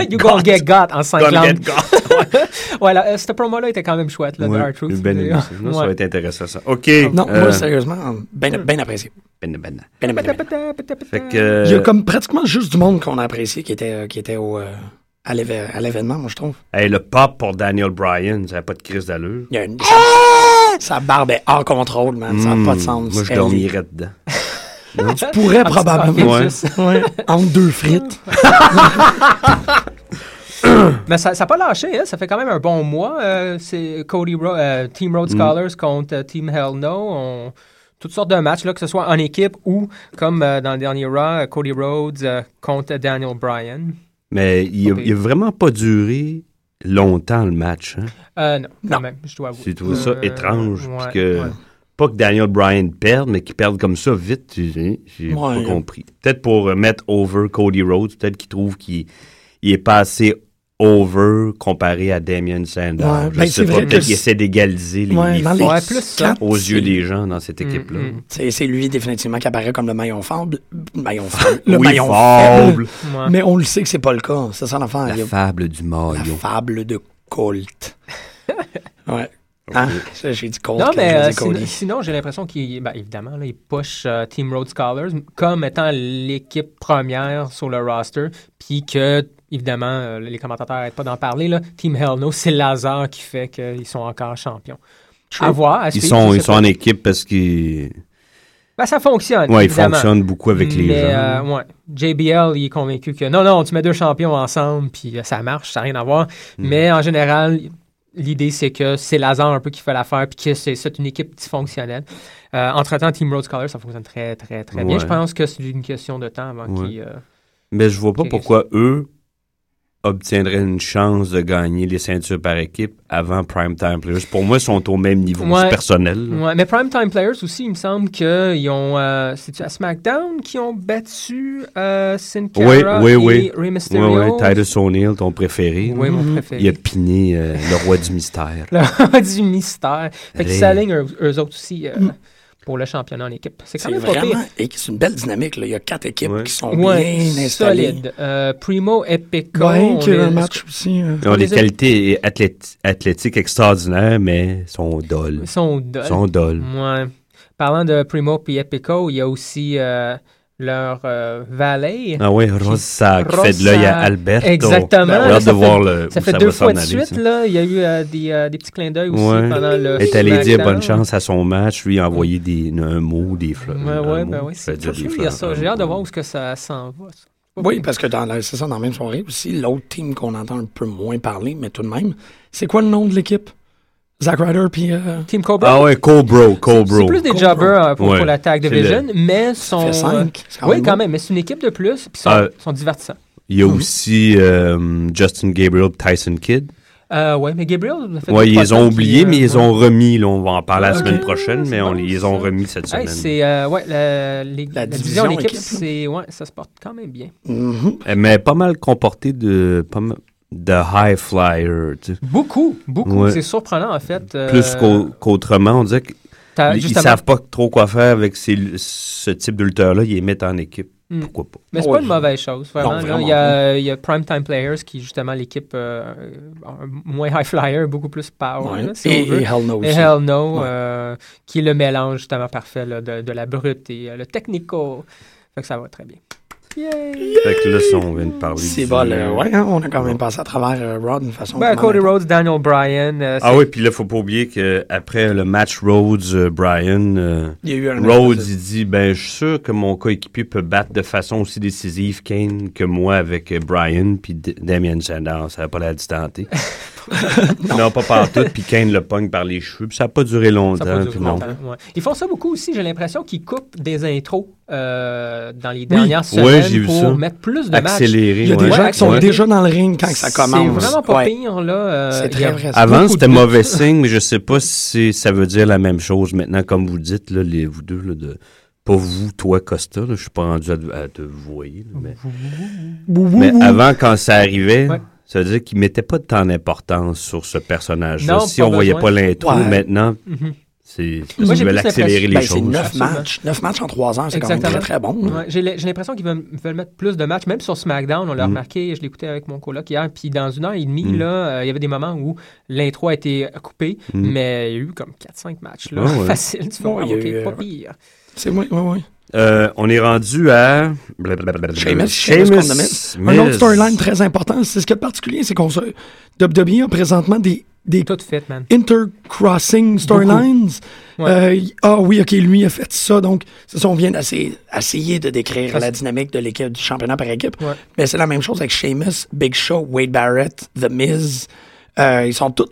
Speaker 7: *laughs* you gonna get got en cinq
Speaker 8: Gonna
Speaker 7: langues. *laughs*
Speaker 8: get got.
Speaker 7: Ouais, là, euh, cette promo-là était quand même chouette, là,
Speaker 8: Ouais,
Speaker 7: de R-Truth.
Speaker 8: ben,
Speaker 7: Ouais.
Speaker 8: ben, non, Ça va être intéressant, ça. OK.
Speaker 6: Non,
Speaker 8: euh,
Speaker 6: moi, sérieusement, bien ben apprécié.
Speaker 8: ben, ben.
Speaker 6: Ben, ben, ben, ben.
Speaker 8: Fait que... euh,
Speaker 7: Euh,
Speaker 6: Il y a comme pratiquement juste du monde qu'on a apprécié qui était, euh, qui était au, euh, à l'éve- à l'événement, moi, je trouve.
Speaker 8: hey, le pop pour Daniel Bryan, ça n'a pas de crise d'allure.
Speaker 6: Il y a une... Sa barbe est hors contrôle, man. Ça n'a pas de sens.
Speaker 8: Ah! Hmm, Moi, je
Speaker 6: Elle est-
Speaker 8: dormirais dedans.
Speaker 6: Tu pourrais probablement.
Speaker 8: Ouais.
Speaker 6: *laughs* Ouais. Entre deux frites.
Speaker 8: Ah,
Speaker 7: Mais ça n'a pas lâché, hein, ça fait quand même un bon mois. euh, c'est Cody Ro- euh, Team Road
Speaker 8: Mm.
Speaker 7: Scholars contre euh, Team Hell No. On- Toutes sortes de matchs, là, que ce soit en équipe ou, comme euh, dans le dernier Raw, euh, Cody Rhodes euh, contre Daniel Bryan.
Speaker 8: Mais il
Speaker 7: Ok.
Speaker 8: n'a vraiment pas duré longtemps, le match. Hein?
Speaker 7: Euh, non, quand
Speaker 6: Non.
Speaker 7: même, je dois avouer.
Speaker 8: J'ai trouvé ça
Speaker 7: Euh,
Speaker 8: étrange.
Speaker 7: ouais,
Speaker 8: puis que,
Speaker 7: ouais.
Speaker 8: Pas que Daniel Bryan perde, mais qu'il perde comme ça vite, j'ai j'ai
Speaker 6: Ouais.
Speaker 8: pas compris. Peut-être pour euh, mettre over Cody Rhodes, peut-être qu'il trouve qu'il il est pas assez over comparé à Damien Sandow.
Speaker 6: Ouais,
Speaker 8: je
Speaker 6: ben, c'est
Speaker 8: sais pas,
Speaker 6: vrai que
Speaker 8: peut-être qu'il
Speaker 6: c'est-
Speaker 8: essaie d'égaliser les,
Speaker 6: Ouais,
Speaker 8: les
Speaker 6: dans les
Speaker 8: forces
Speaker 7: Ouais, plus ça.
Speaker 6: quatre,
Speaker 8: aux yeux
Speaker 6: c'est-
Speaker 8: des gens dans cette équipe-là.
Speaker 7: mm.
Speaker 6: C'est c'est lui définitivement qui apparaît comme le maillon faible. Maillon
Speaker 8: *laughs*
Speaker 6: faible. Le
Speaker 8: oui,
Speaker 6: maillon faible.
Speaker 8: fable,
Speaker 7: Ouais.
Speaker 6: Mais on le sait que c'est pas le cas. C'est ça l'enfant.
Speaker 8: la
Speaker 6: Il y a
Speaker 8: fable du
Speaker 6: La
Speaker 8: maillot.
Speaker 6: fable de
Speaker 8: *laughs*
Speaker 6: Colt. ouais. Hein? Ça, J'ai dit Colt.
Speaker 7: Non,
Speaker 6: quand
Speaker 7: mais
Speaker 6: je
Speaker 7: euh,
Speaker 6: dis
Speaker 7: sinon,
Speaker 6: Cody.
Speaker 7: sinon, j'ai l'impression qu'il, ben, évidemment, là, il push euh, Team Road Scholars comme étant l'équipe première sur le roster, puis que, évidemment, euh, les commentateurs n'arrêtent pas d'en parler. Là, Team Hell No, c'est le hasard qui fait qu'ils sont encore champions. À voir, à
Speaker 8: Ils
Speaker 7: suivre, je
Speaker 8: sont,
Speaker 7: sais
Speaker 8: ils sont
Speaker 7: pas.
Speaker 8: en équipe parce qu'ils
Speaker 7: Ben, ça fonctionne.
Speaker 8: ouais, ils
Speaker 7: évidemment.
Speaker 8: fonctionnent beaucoup avec les
Speaker 7: Mais,
Speaker 8: gens.
Speaker 7: euh, ouais. JBL, il est convaincu que non, non, tu mets deux champions ensemble, puis euh, ça marche, ça n'a rien à voir.
Speaker 8: Mm.
Speaker 7: Mais en général, l'idée, c'est que c'est Lazare un peu qui fait l'affaire, puis que c'est c'est une équipe dysfonctionnelle. Euh, Entre-temps, Team Rhodes Scholar, ça fonctionne très, très, très bien.
Speaker 8: Ouais.
Speaker 7: Je pense que c'est une question de temps avant
Speaker 8: Ouais.
Speaker 7: qu'ils. euh,
Speaker 8: Mais je vois pas
Speaker 7: Ok,
Speaker 8: pourquoi eux obtiendraient une chance de gagner les ceintures par équipe avant Prime Time Players. Pour moi, ils sont au même niveau
Speaker 7: Ouais.
Speaker 8: c'est personnel. là.
Speaker 7: Ouais, mais Prime Time Players aussi, il me semble qu'ils ont. euh, C'est-tu à SmackDown qui ont battu euh, Sin Cara
Speaker 8: Oui, oui,
Speaker 7: et
Speaker 8: oui.
Speaker 7: Rey
Speaker 8: Ouais,
Speaker 7: Mysterio?
Speaker 8: ouais, Titus O'Neill, ton préféré.
Speaker 7: Oui, mon
Speaker 8: Il a
Speaker 7: préféré.
Speaker 8: piné euh, le roi du
Speaker 7: *laughs*
Speaker 8: mystère.
Speaker 7: Le du mystère. Fait qu'ils
Speaker 8: Rey.
Speaker 7: s'alignent eux, eux autres aussi
Speaker 6: Mm.
Speaker 7: euh, pour le championnat en équipe. C'est quand
Speaker 6: C'est
Speaker 7: même pas pire.
Speaker 6: vraiment... Et c'est une belle dynamique. Là. Il y a quatre équipes
Speaker 8: Ouais.
Speaker 6: qui sont
Speaker 7: Ouais,
Speaker 6: bien installées.
Speaker 7: solide. Euh, Primo, Epico.
Speaker 6: Ouais,
Speaker 7: on
Speaker 6: qui a eu
Speaker 7: est-
Speaker 6: un match aussi. euh,
Speaker 8: Ils ont des
Speaker 7: les a-
Speaker 8: qualités athlét- athlétiques extraordinaires, mais sont dolles.
Speaker 7: Ils sont dol.
Speaker 8: Ils sont dolles.
Speaker 7: Ouais. Parlant de Primo puis Epico, il y a aussi euh, leur euh, valet.
Speaker 8: Ah oui, Rossa qui fait de l'œil à
Speaker 7: Rossa.
Speaker 8: Alberto.
Speaker 7: Exactement.
Speaker 8: J'ai hâte
Speaker 7: Ça
Speaker 8: de
Speaker 7: fait-
Speaker 8: voir le,
Speaker 7: Ça
Speaker 8: où
Speaker 7: fait
Speaker 8: va
Speaker 7: deux
Speaker 8: s'en
Speaker 7: fois de
Speaker 8: aller,
Speaker 7: suite,
Speaker 8: ça.
Speaker 7: là. Il y a eu euh, des, euh, des petits clins d'œil aussi
Speaker 8: Ouais.
Speaker 7: pendant le.
Speaker 8: Elle est allée dire
Speaker 7: SmackDown.
Speaker 8: bonne chance euh, à son match, lui, envoyer des, un mot, des fleurs.
Speaker 7: Ouais,
Speaker 8: un
Speaker 7: ouais,
Speaker 8: mot,
Speaker 7: ben oui.
Speaker 8: je
Speaker 7: C'est
Speaker 8: vais dire des
Speaker 7: il y a
Speaker 8: fleurs,
Speaker 7: ça.
Speaker 8: un
Speaker 7: J'ai hâte de
Speaker 8: mot.
Speaker 7: voir où est-ce que ça s'en va. ça.
Speaker 8: Ah
Speaker 6: Oui, parce que dans la, c'est ça, dans la même soirée aussi, l'autre team qu'on entend un peu moins parler, mais tout de même, c'est quoi le nom de l'équipe? Zack Ryder, puis... euh,
Speaker 7: Team Cobra.
Speaker 8: Ah ouais, Cobro, Cobro.
Speaker 7: C'est plus des jobbers euh, pour,
Speaker 8: Ouais.
Speaker 7: pour la Tag
Speaker 8: C'est
Speaker 7: Division, mais sont.
Speaker 6: fait cinq, c'est quand
Speaker 7: euh, oui,
Speaker 6: même
Speaker 7: quand
Speaker 6: beau.
Speaker 7: même, mais c'est une équipe de plus, puis sont,
Speaker 8: Ah.
Speaker 7: sont divertissants.
Speaker 8: Il y
Speaker 7: *laughs*
Speaker 8: a aussi euh, Justin Gabriel, Tyson Kidd.
Speaker 7: Euh, ouais, mais Gabriel. ça fait
Speaker 8: Ouais,
Speaker 7: deux,
Speaker 8: ils
Speaker 7: trois
Speaker 8: les
Speaker 7: temps
Speaker 8: ont
Speaker 7: qu'il,
Speaker 8: oubliés,
Speaker 7: euh,
Speaker 8: mais ils les
Speaker 7: ouais.
Speaker 8: ont remis. Là, on va en parler la
Speaker 7: Ok.
Speaker 8: semaine prochaine,
Speaker 7: C'est
Speaker 8: mais on,
Speaker 7: bon,
Speaker 8: ils les ont
Speaker 7: ça.
Speaker 8: remis cette
Speaker 7: Hey,
Speaker 8: semaine.
Speaker 7: c'est euh, ouais, la, les-
Speaker 6: La
Speaker 7: la division
Speaker 6: division équipe,
Speaker 7: d'équipe,
Speaker 6: hein. là.
Speaker 7: c'est ouais, ça se porte quand même bien.
Speaker 6: mhm.
Speaker 8: Eh, Mais pas mal comporté de, pas mal de high flyer. tu sais.
Speaker 7: Beaucoup, beaucoup.
Speaker 8: Ouais.
Speaker 7: C'est surprenant en fait. euh,
Speaker 8: Plus qu'au- qu'autrement, on dirait qu'ils
Speaker 7: t'as-
Speaker 8: ils
Speaker 7: justement-
Speaker 8: savent pas trop quoi faire avec ces- ce type d'ulteurs-là. Ils les mettent en équipe.
Speaker 7: Hmm.
Speaker 8: Pourquoi pas?
Speaker 7: Mais c'est
Speaker 6: Ouais.
Speaker 7: pas une mauvaise chose, vraiment.
Speaker 6: Non,
Speaker 7: là.
Speaker 6: vraiment
Speaker 7: il, y a, il y a Primetime Players qui est justement l'équipe euh, euh, moins high flyer, beaucoup plus power.
Speaker 6: Ouais.
Speaker 7: là, Ah si
Speaker 6: et,
Speaker 7: on veut.
Speaker 6: et Hell No
Speaker 7: Et
Speaker 6: aussi.
Speaker 7: Hell No,
Speaker 6: Ouais.
Speaker 7: euh, qui est le mélange justement parfait là, de, de la brute et euh, le technico. Fait que ça va très bien.
Speaker 8: Fait que là, si on vient de parler
Speaker 6: C'est
Speaker 8: du-
Speaker 6: bon, là, ouais, hein, on a quand même passé à travers euh, Raw d'une façon...
Speaker 7: Ben,
Speaker 6: quand
Speaker 7: Cody
Speaker 6: même-
Speaker 7: Rhodes, Daniel Bryan. euh,
Speaker 8: Ah
Speaker 7: c'est-
Speaker 8: oui, puis là, faut pas oublier qu'après le match Rhodes-Bryan,
Speaker 6: Il y a eu un...
Speaker 8: euh, Rhodes, il dit ben, Je suis sûr que mon coéquipier peut battre de façon aussi décisive Kane que moi avec euh, Bryan, puis D- Damien Sandow. Ça n'a pas l'air
Speaker 6: *laughs*
Speaker 8: du tenter. non, pas partout. Puis Kane le pogne par les cheveux. Puis ça n'a pas duré
Speaker 7: Ça
Speaker 8: longtemps.
Speaker 7: peut durer
Speaker 8: puis non.
Speaker 7: longtemps, ouais. Ils font ça beaucoup aussi, j'ai l'impression qu'ils coupent des intros euh, dans les dernières semaines
Speaker 8: Ouais, j'ai vu
Speaker 7: pour
Speaker 8: ça.
Speaker 7: mettre plus de matchs.
Speaker 8: Accéléré.
Speaker 6: Il y a
Speaker 8: ouais.
Speaker 6: des gens qui sont
Speaker 8: Ouais.
Speaker 6: déjà dans le ring quand que ça
Speaker 7: C'est
Speaker 6: commence.
Speaker 7: vraiment pas
Speaker 6: Ouais.
Speaker 7: pire, là. euh,
Speaker 6: C'est
Speaker 7: il y
Speaker 6: très
Speaker 7: a-
Speaker 6: vrai. ça.
Speaker 8: Avant,
Speaker 7: Beaucoup
Speaker 8: c'était
Speaker 7: de doutes.
Speaker 8: mauvais signe, mais je sais pas si ça veut dire la même chose maintenant, comme vous dites, là, les, vous deux, là, de, pas vous, toi, Costa, là, je suis pas rendu à, à te voyer, là, mais, mais avant, quand ça arrivait,
Speaker 7: Ouais.
Speaker 8: ça veut dire qu'ils mettaient pas tant d'importance sur ce personnage-là.
Speaker 7: Non,
Speaker 8: Si
Speaker 7: pas
Speaker 8: on voyait pas
Speaker 7: besoin.
Speaker 8: l'intro,
Speaker 6: Ouais.
Speaker 8: maintenant,
Speaker 7: Mhm.
Speaker 8: c'est,
Speaker 7: Moi,
Speaker 8: ils
Speaker 7: j'ai
Speaker 8: veulent
Speaker 7: plus
Speaker 8: accélérer les
Speaker 6: Ben, c'est
Speaker 8: choses.
Speaker 6: neuf
Speaker 7: Absolument.
Speaker 6: matchs. Neuf matchs en trois ans, c'est quand même
Speaker 7: Exactement.
Speaker 6: très, très bon. là.
Speaker 7: Ouais, j'ai l'- j'ai l'impression qu'ils veulent, veulent mettre plus de matchs, même sur SmackDown, on l'a
Speaker 8: Mm.
Speaker 7: remarqué, je l'écoutais avec mon coloc hier, puis dans une heure et demie,
Speaker 8: Mm.
Speaker 7: là, euh, il y avait des moments où l'intro a été coupée,
Speaker 8: Mm. Ah
Speaker 7: mais il y a eu comme 4-5 matchs, là,
Speaker 8: Ouais, ouais.
Speaker 7: *laughs* facile, tu vois,
Speaker 6: Ouais, il y a
Speaker 7: ok,
Speaker 6: eu,
Speaker 7: pas
Speaker 6: euh,
Speaker 7: pire.
Speaker 6: C'est oui, oui, oui.
Speaker 8: Euh, on est rendu à... blablabla-
Speaker 6: Sheamus, Sheamus qu'on nommait.
Speaker 8: Miz.
Speaker 6: Un autre storyline très important, c'est ce qui est particulier, c'est qu'on se. WWE a présentement des, des
Speaker 7: Tout fait, man.
Speaker 6: intercrossing storylines.
Speaker 7: Ouais.
Speaker 6: Euh, y- ah oui, ok, lui a fait ça. Donc, c'est ça, on vient d'essayer essayer de décrire
Speaker 7: Ça,
Speaker 6: la
Speaker 7: c'est-
Speaker 6: dynamique de l'équipe du championnat par équipe.
Speaker 7: Ouais.
Speaker 6: Mais c'est la même chose avec Sheamus, Big Show, Wade Barrett, The Miz. Euh, ils sont tous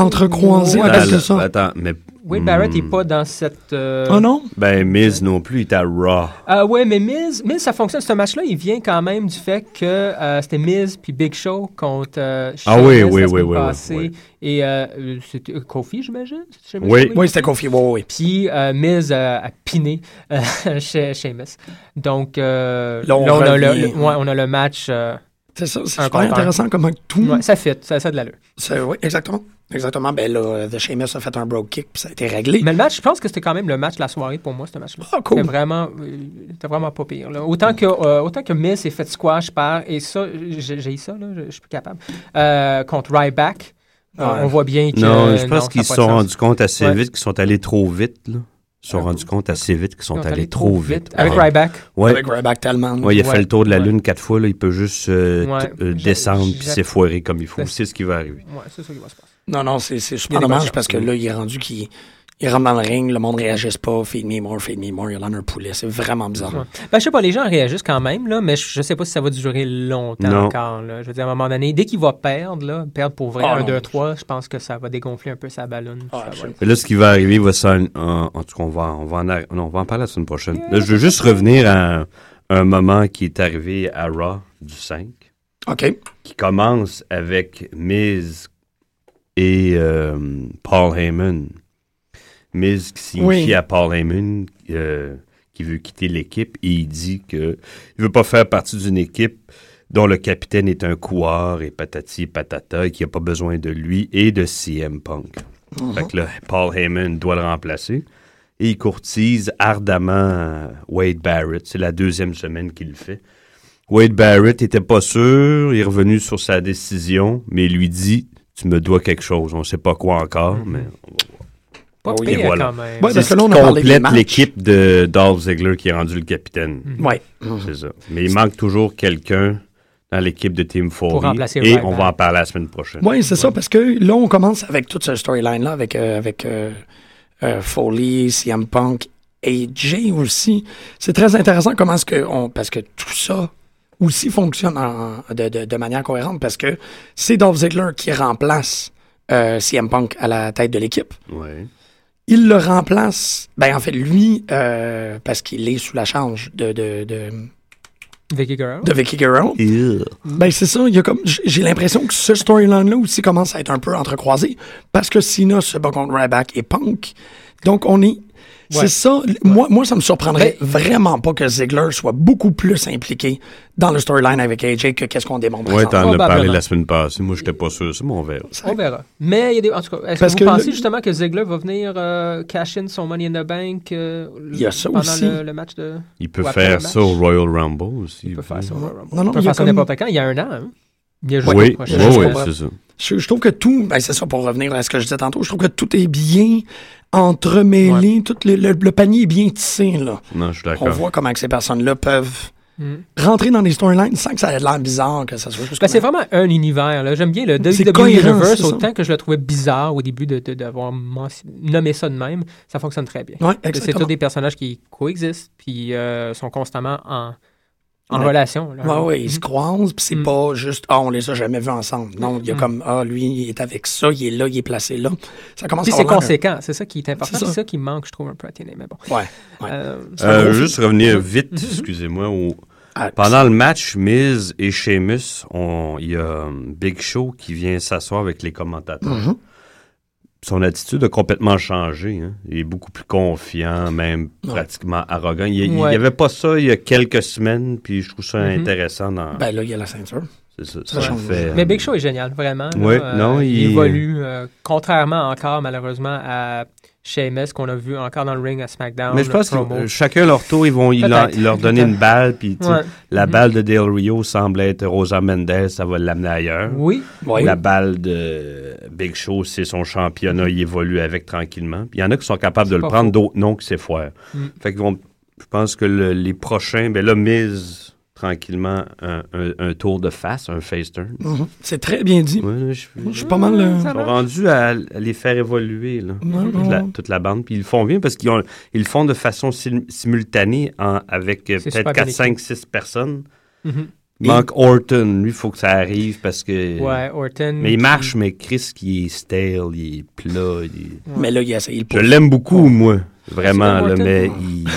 Speaker 6: entrecroisés
Speaker 7: Ouais,
Speaker 6: à
Speaker 8: Attends,
Speaker 6: cause de
Speaker 8: là,
Speaker 6: ça.
Speaker 8: attends, mais...
Speaker 7: Wade Barrett n'est
Speaker 8: Hmm.
Speaker 7: pas dans cette... euh,
Speaker 6: Oh non?
Speaker 8: Ben, Miz non plus, il est à Raw.
Speaker 7: Ah ouais, mais Miz, Miz, ça fonctionne. Ce match-là, il vient quand même du fait que euh, c'était Miz puis Big Show contre euh,
Speaker 8: Ah oui, oui,
Speaker 7: Sheamus la
Speaker 8: oui,
Speaker 7: semaine
Speaker 8: oui, oui,
Speaker 7: passée.
Speaker 8: oui.
Speaker 7: Et euh, euh, c'était euh, Kofi, j'imagine? c'est Sheamus
Speaker 8: Oui.
Speaker 7: Kofi?
Speaker 6: Oui, c'était confié. Oui, oui.
Speaker 7: Puis euh, Miz euh, a piné euh, *laughs* chez Sheamus. Donc euh,
Speaker 6: Là, on
Speaker 7: a le,
Speaker 6: revient.
Speaker 7: le- ouais, on a le match. euh,
Speaker 6: C'est ça, c'est
Speaker 7: Un
Speaker 6: super
Speaker 7: compteur.
Speaker 6: intéressant comment tout.
Speaker 7: ouais, ça fit, ça, ça a de l'allure.
Speaker 6: c'est- Oui, exactement. Exactement. Ben là, The Sheamus a fait un broke kick, puis ça a été réglé.
Speaker 7: Mais le match, je pense que c'était quand même le match de la soirée pour moi, ce match-là.
Speaker 6: Ah, cool.
Speaker 7: C'était vraiment, euh, c'était vraiment pas pire. là. Autant, que, euh, autant que Miz s'est fait squash par, et ça, j'ai j'ai eu ça, là, je je suis plus capable, euh, contre Ryback. Euh,
Speaker 6: Ouais.
Speaker 7: On voit bien que.
Speaker 8: Non, je
Speaker 7: non, ça
Speaker 8: pense
Speaker 7: a
Speaker 8: qu'ils
Speaker 7: pas
Speaker 8: se
Speaker 7: de
Speaker 8: sont
Speaker 7: sens.
Speaker 8: rendus compte assez
Speaker 7: Ouais. Ah,
Speaker 8: vite qu'ils sont allés trop vite. Là. Ils se sont rendus compte assez vite qu'ils sont
Speaker 7: Ils sont
Speaker 8: allés trop vite.
Speaker 7: Avec
Speaker 8: Ouais.
Speaker 7: Ryback.
Speaker 8: Ouais.
Speaker 6: Avec Ryback tellement.
Speaker 8: Ouais, il a
Speaker 7: Ouais.
Speaker 8: fait le tour de la
Speaker 7: Ouais.
Speaker 8: Lune quatre fois. Là. Il peut juste euh,
Speaker 7: Ouais.
Speaker 8: t- euh,
Speaker 7: J'ai-
Speaker 8: descendre puis
Speaker 7: j'ai-
Speaker 8: s'effoirer comme il faut.
Speaker 7: Ouais.
Speaker 8: C'est ce qui va arriver.
Speaker 7: Ouais, c'est ça qui va se passer.
Speaker 6: Non, non, c'est c'est
Speaker 7: Il y a
Speaker 6: super
Speaker 7: des bonnes
Speaker 6: dommage
Speaker 7: chances,
Speaker 6: parce que là, il est rendu qu'il il rentre dans le ring, le monde ne réagisse pas, feed me more, feed me more, il a l'air d'un poulet. C'est vraiment bizarre.
Speaker 7: Ben, je sais pas, les gens réagissent quand même, là, mais je, je sais pas si ça va durer longtemps
Speaker 8: Non.
Speaker 7: encore. Là. Je veux dire, à un moment donné, dès qu'il va perdre, là, perdre pour vrai,
Speaker 6: Ah,
Speaker 7: 1,
Speaker 6: non. Ah,
Speaker 7: 2, 3, je pense que ça va dégonfler un peu sa ballonne. Ça va
Speaker 6: absolument.
Speaker 7: être-
Speaker 8: Mais là, ce qui va arriver, il va s'en- en, en tout cas, on va, on, va en, arri- non, on va en parler la semaine prochaine. Là, je veux juste revenir à un moment qui est arrivé à Raw du 5,
Speaker 6: OK.
Speaker 8: qui commence avec Miz et euh, Paul Heyman. Miz qui signifie
Speaker 6: Oui.
Speaker 8: à Paul Heyman euh, qu'il veut quitter l'équipe et il dit que il veut pas faire partie d'une équipe dont le capitaine est un couard et patati et patata et qu'il n'y a pas besoin de lui et de CM Punk. Fait que là, Paul Heyman doit le remplacer. Et il courtise ardemment euh, Wade Barrett. C'est la deuxième semaine qu'il le fait. Wade Barrett était pas sûr, il est revenu sur sa décision, mais il lui dit Tu me dois quelque chose. On sait pas quoi encore,
Speaker 7: Mhm.
Speaker 8: mais
Speaker 7: Pas
Speaker 6: Ah
Speaker 8: Oui,
Speaker 7: pire,
Speaker 8: voilà.
Speaker 7: quand même.
Speaker 6: Ouais,
Speaker 8: c'est
Speaker 6: parce
Speaker 8: ce
Speaker 6: que là, on
Speaker 8: qui
Speaker 6: a parlé des
Speaker 8: complète
Speaker 6: matchs.
Speaker 8: l'équipe de Dolph Ziggler qui est rendu le capitaine.
Speaker 7: Mhm.
Speaker 6: Ouais.
Speaker 8: C'est ça. Mais il manque toujours quelqu'un dans l'équipe de Team Foley.
Speaker 7: remplacer
Speaker 8: et
Speaker 7: Ryback.
Speaker 8: on va en parler la semaine prochaine.
Speaker 6: Oui, c'est ça, parce que là, on commence avec toute cette storyline-là, avec, euh, avec euh, euh, Foley, CM Punk et Jay aussi. C'est très intéressant comment est-ce que... On, parce que tout ça aussi fonctionne en- de, de- de manière cohérente, parce que c'est Dolph Ziggler qui remplace euh, CM Punk à la tête de l'équipe.
Speaker 8: Ouais.
Speaker 6: Il le remplace, ben en fait, lui, euh, parce qu'il est sous la charge de, de, de, *laughs*
Speaker 7: Vicky Guerrero.
Speaker 6: de Vicky Guerrero. Ben c'est ça, il y a comme j- j'ai l'impression que ce storyline là aussi commence à être un peu entrecroisé parce que Cena se bat contre Ryback et Punk. Donc on est
Speaker 7: Ouais.
Speaker 6: c'est ça, l- moi moi ça me surprendrait
Speaker 7: Ben-
Speaker 6: vraiment pas que Ziggler soit beaucoup plus impliqué dans le storyline avec AJ que qu'est-ce qu'on démontre
Speaker 8: Ouais,
Speaker 6: présentement.
Speaker 8: t'en as parlé
Speaker 7: Probablement.
Speaker 8: la semaine passée. Moi, j'étais pas sûr. C'est mon verre.
Speaker 7: On verra. Mais il y a des. En tout cas, est-ce que
Speaker 6: Parce
Speaker 7: vous
Speaker 6: que
Speaker 7: pensez
Speaker 6: le-
Speaker 7: justement que Ziegler va venir euh, cash in son money in the bank euh,
Speaker 6: Il y a ça
Speaker 7: pendant
Speaker 6: aussi.
Speaker 7: Le, le match de.
Speaker 8: Il peut
Speaker 7: Ou après
Speaker 8: faire
Speaker 7: le match.
Speaker 8: ça au Royal Rumble aussi.
Speaker 7: Il peut faire ça. au Royal Rumble.
Speaker 6: Non, non,
Speaker 7: il peut
Speaker 6: Mm. il y a
Speaker 7: faire ça
Speaker 6: comme-
Speaker 7: n'importe quand. Il y a un an. hein. Il y a juste
Speaker 8: Oui, oui,
Speaker 7: le prochain.
Speaker 8: oui,
Speaker 6: comprends.
Speaker 8: c'est ça.
Speaker 6: Je, je trouve que tout, ben c'est ça pour revenir à ce que je disais tantôt, je trouve que tout est bien entremêlé, tout le, le- le panier est bien tissé là.
Speaker 8: Non, je suis
Speaker 6: On
Speaker 8: d'accord.
Speaker 6: voit comment que ces personnes-là peuvent rentrer dans des storylines sans que ça ait l'air bizarre que ça soit juste
Speaker 7: Hmm. Ben,
Speaker 6: comme
Speaker 7: c'est vraiment un univers. là. J'aime bien le
Speaker 6: C'est
Speaker 7: WWE
Speaker 6: cohérent,
Speaker 7: Universe,
Speaker 6: c'est ça.
Speaker 7: autant que je le trouvais bizarre au début d'avoir de, d'avoir men- nommé ça de même. Ça fonctionne très bien.
Speaker 6: Ouais,
Speaker 7: C'est
Speaker 6: exactement.
Speaker 7: tous des personnages qui coexistent puis euh, sont constamment en, en
Speaker 6: Ouais.
Speaker 7: relation. là.
Speaker 6: Ouais, ouais, ils se croisent, puis c'est
Speaker 7: Mm.
Speaker 6: pas juste ah, on les a jamais vus ensemble. Non,
Speaker 7: Hmm.
Speaker 6: il y a comme ah, lui, il est avec ça, il est là, il est placé là. Ça commence
Speaker 7: Puis
Speaker 6: à
Speaker 7: c'est
Speaker 6: avoir
Speaker 7: conséquent. C'est ça qui est important.
Speaker 6: C'est ça.
Speaker 7: C'est ça qui manque, je trouve, un peu à TNA. Mais bon.
Speaker 6: un- Ouais. ouais.
Speaker 7: Euh,
Speaker 8: Euh, juste revenir vite,
Speaker 7: Mhm.
Speaker 8: excusez-moi, au,
Speaker 6: Ah,
Speaker 8: Pendant le match, Miz et Sheamus, on- il y a euh, Big Show qui vient s'asseoir avec les commentateurs. Son attitude a complètement changé. hein. Il est beaucoup plus confiant, même pratiquement arrogant. Il il- il y
Speaker 7: Ouais.
Speaker 8: avait pas ça il y a quelques semaines, puis je trouve ça intéressant. Dans,
Speaker 6: ben là, il y a la ceinture.
Speaker 8: c'est ça,
Speaker 6: ça
Speaker 8: ça
Speaker 6: change.
Speaker 8: fait,
Speaker 7: Mais
Speaker 8: euh,
Speaker 7: Big Show est génial, vraiment. là. Euh,
Speaker 8: Ouais, non, il-
Speaker 7: évolue, euh, contrairement encore, malheureusement, à Sheamus, qu'on a vu encore dans le ring à SmackDown.
Speaker 8: mais je pense que
Speaker 7: promo.
Speaker 8: euh, chacun leur tour, ils vont ils leur,
Speaker 7: Peut-être.
Speaker 8: ils leur donner une balle, puis tu sais,
Speaker 7: Ouais.
Speaker 8: la balle de Del Rio semble être Rosa Mendez, ça va l'amener ailleurs.
Speaker 7: Oui,
Speaker 6: Ouais.
Speaker 8: La balle de Big Show, c'est son championnat, il évolue avec tranquillement. Puis Il y en a qui sont capables de le
Speaker 7: pas
Speaker 8: prendre,
Speaker 7: faux. Mm.
Speaker 8: d'autres non qui s'effoirent. Fait qu'ils vont, je pense que le- les prochains, ben là, mise tranquillement un, un- un tour de face, un face turn.
Speaker 6: Mhm. C'est très bien dit.
Speaker 8: Ouais, je-
Speaker 6: Je suis pas mal. euh,
Speaker 8: ils sont rendus à, à les faire évoluer, là, toute, la, toute la bande. Puis ils le font bien parce qu'ils ont- ils le font de façon sim- simultanée en- avec euh,
Speaker 7: C'est
Speaker 8: peut-être
Speaker 7: super bien
Speaker 8: 4,
Speaker 7: écrit. Mm-hmm.
Speaker 8: 5, 6 personnes. Manque Orton, lui, il faut que ça arrive parce que...
Speaker 7: ouais, Orton.
Speaker 8: Mais il marche, mais Chris qui est stale, il est plat. il est-
Speaker 6: Mais là, il a essayé le
Speaker 8: Je
Speaker 6: pouce.
Speaker 8: l'aime beaucoup, moi, vraiment, là,
Speaker 7: C'est Morton.
Speaker 8: mais il,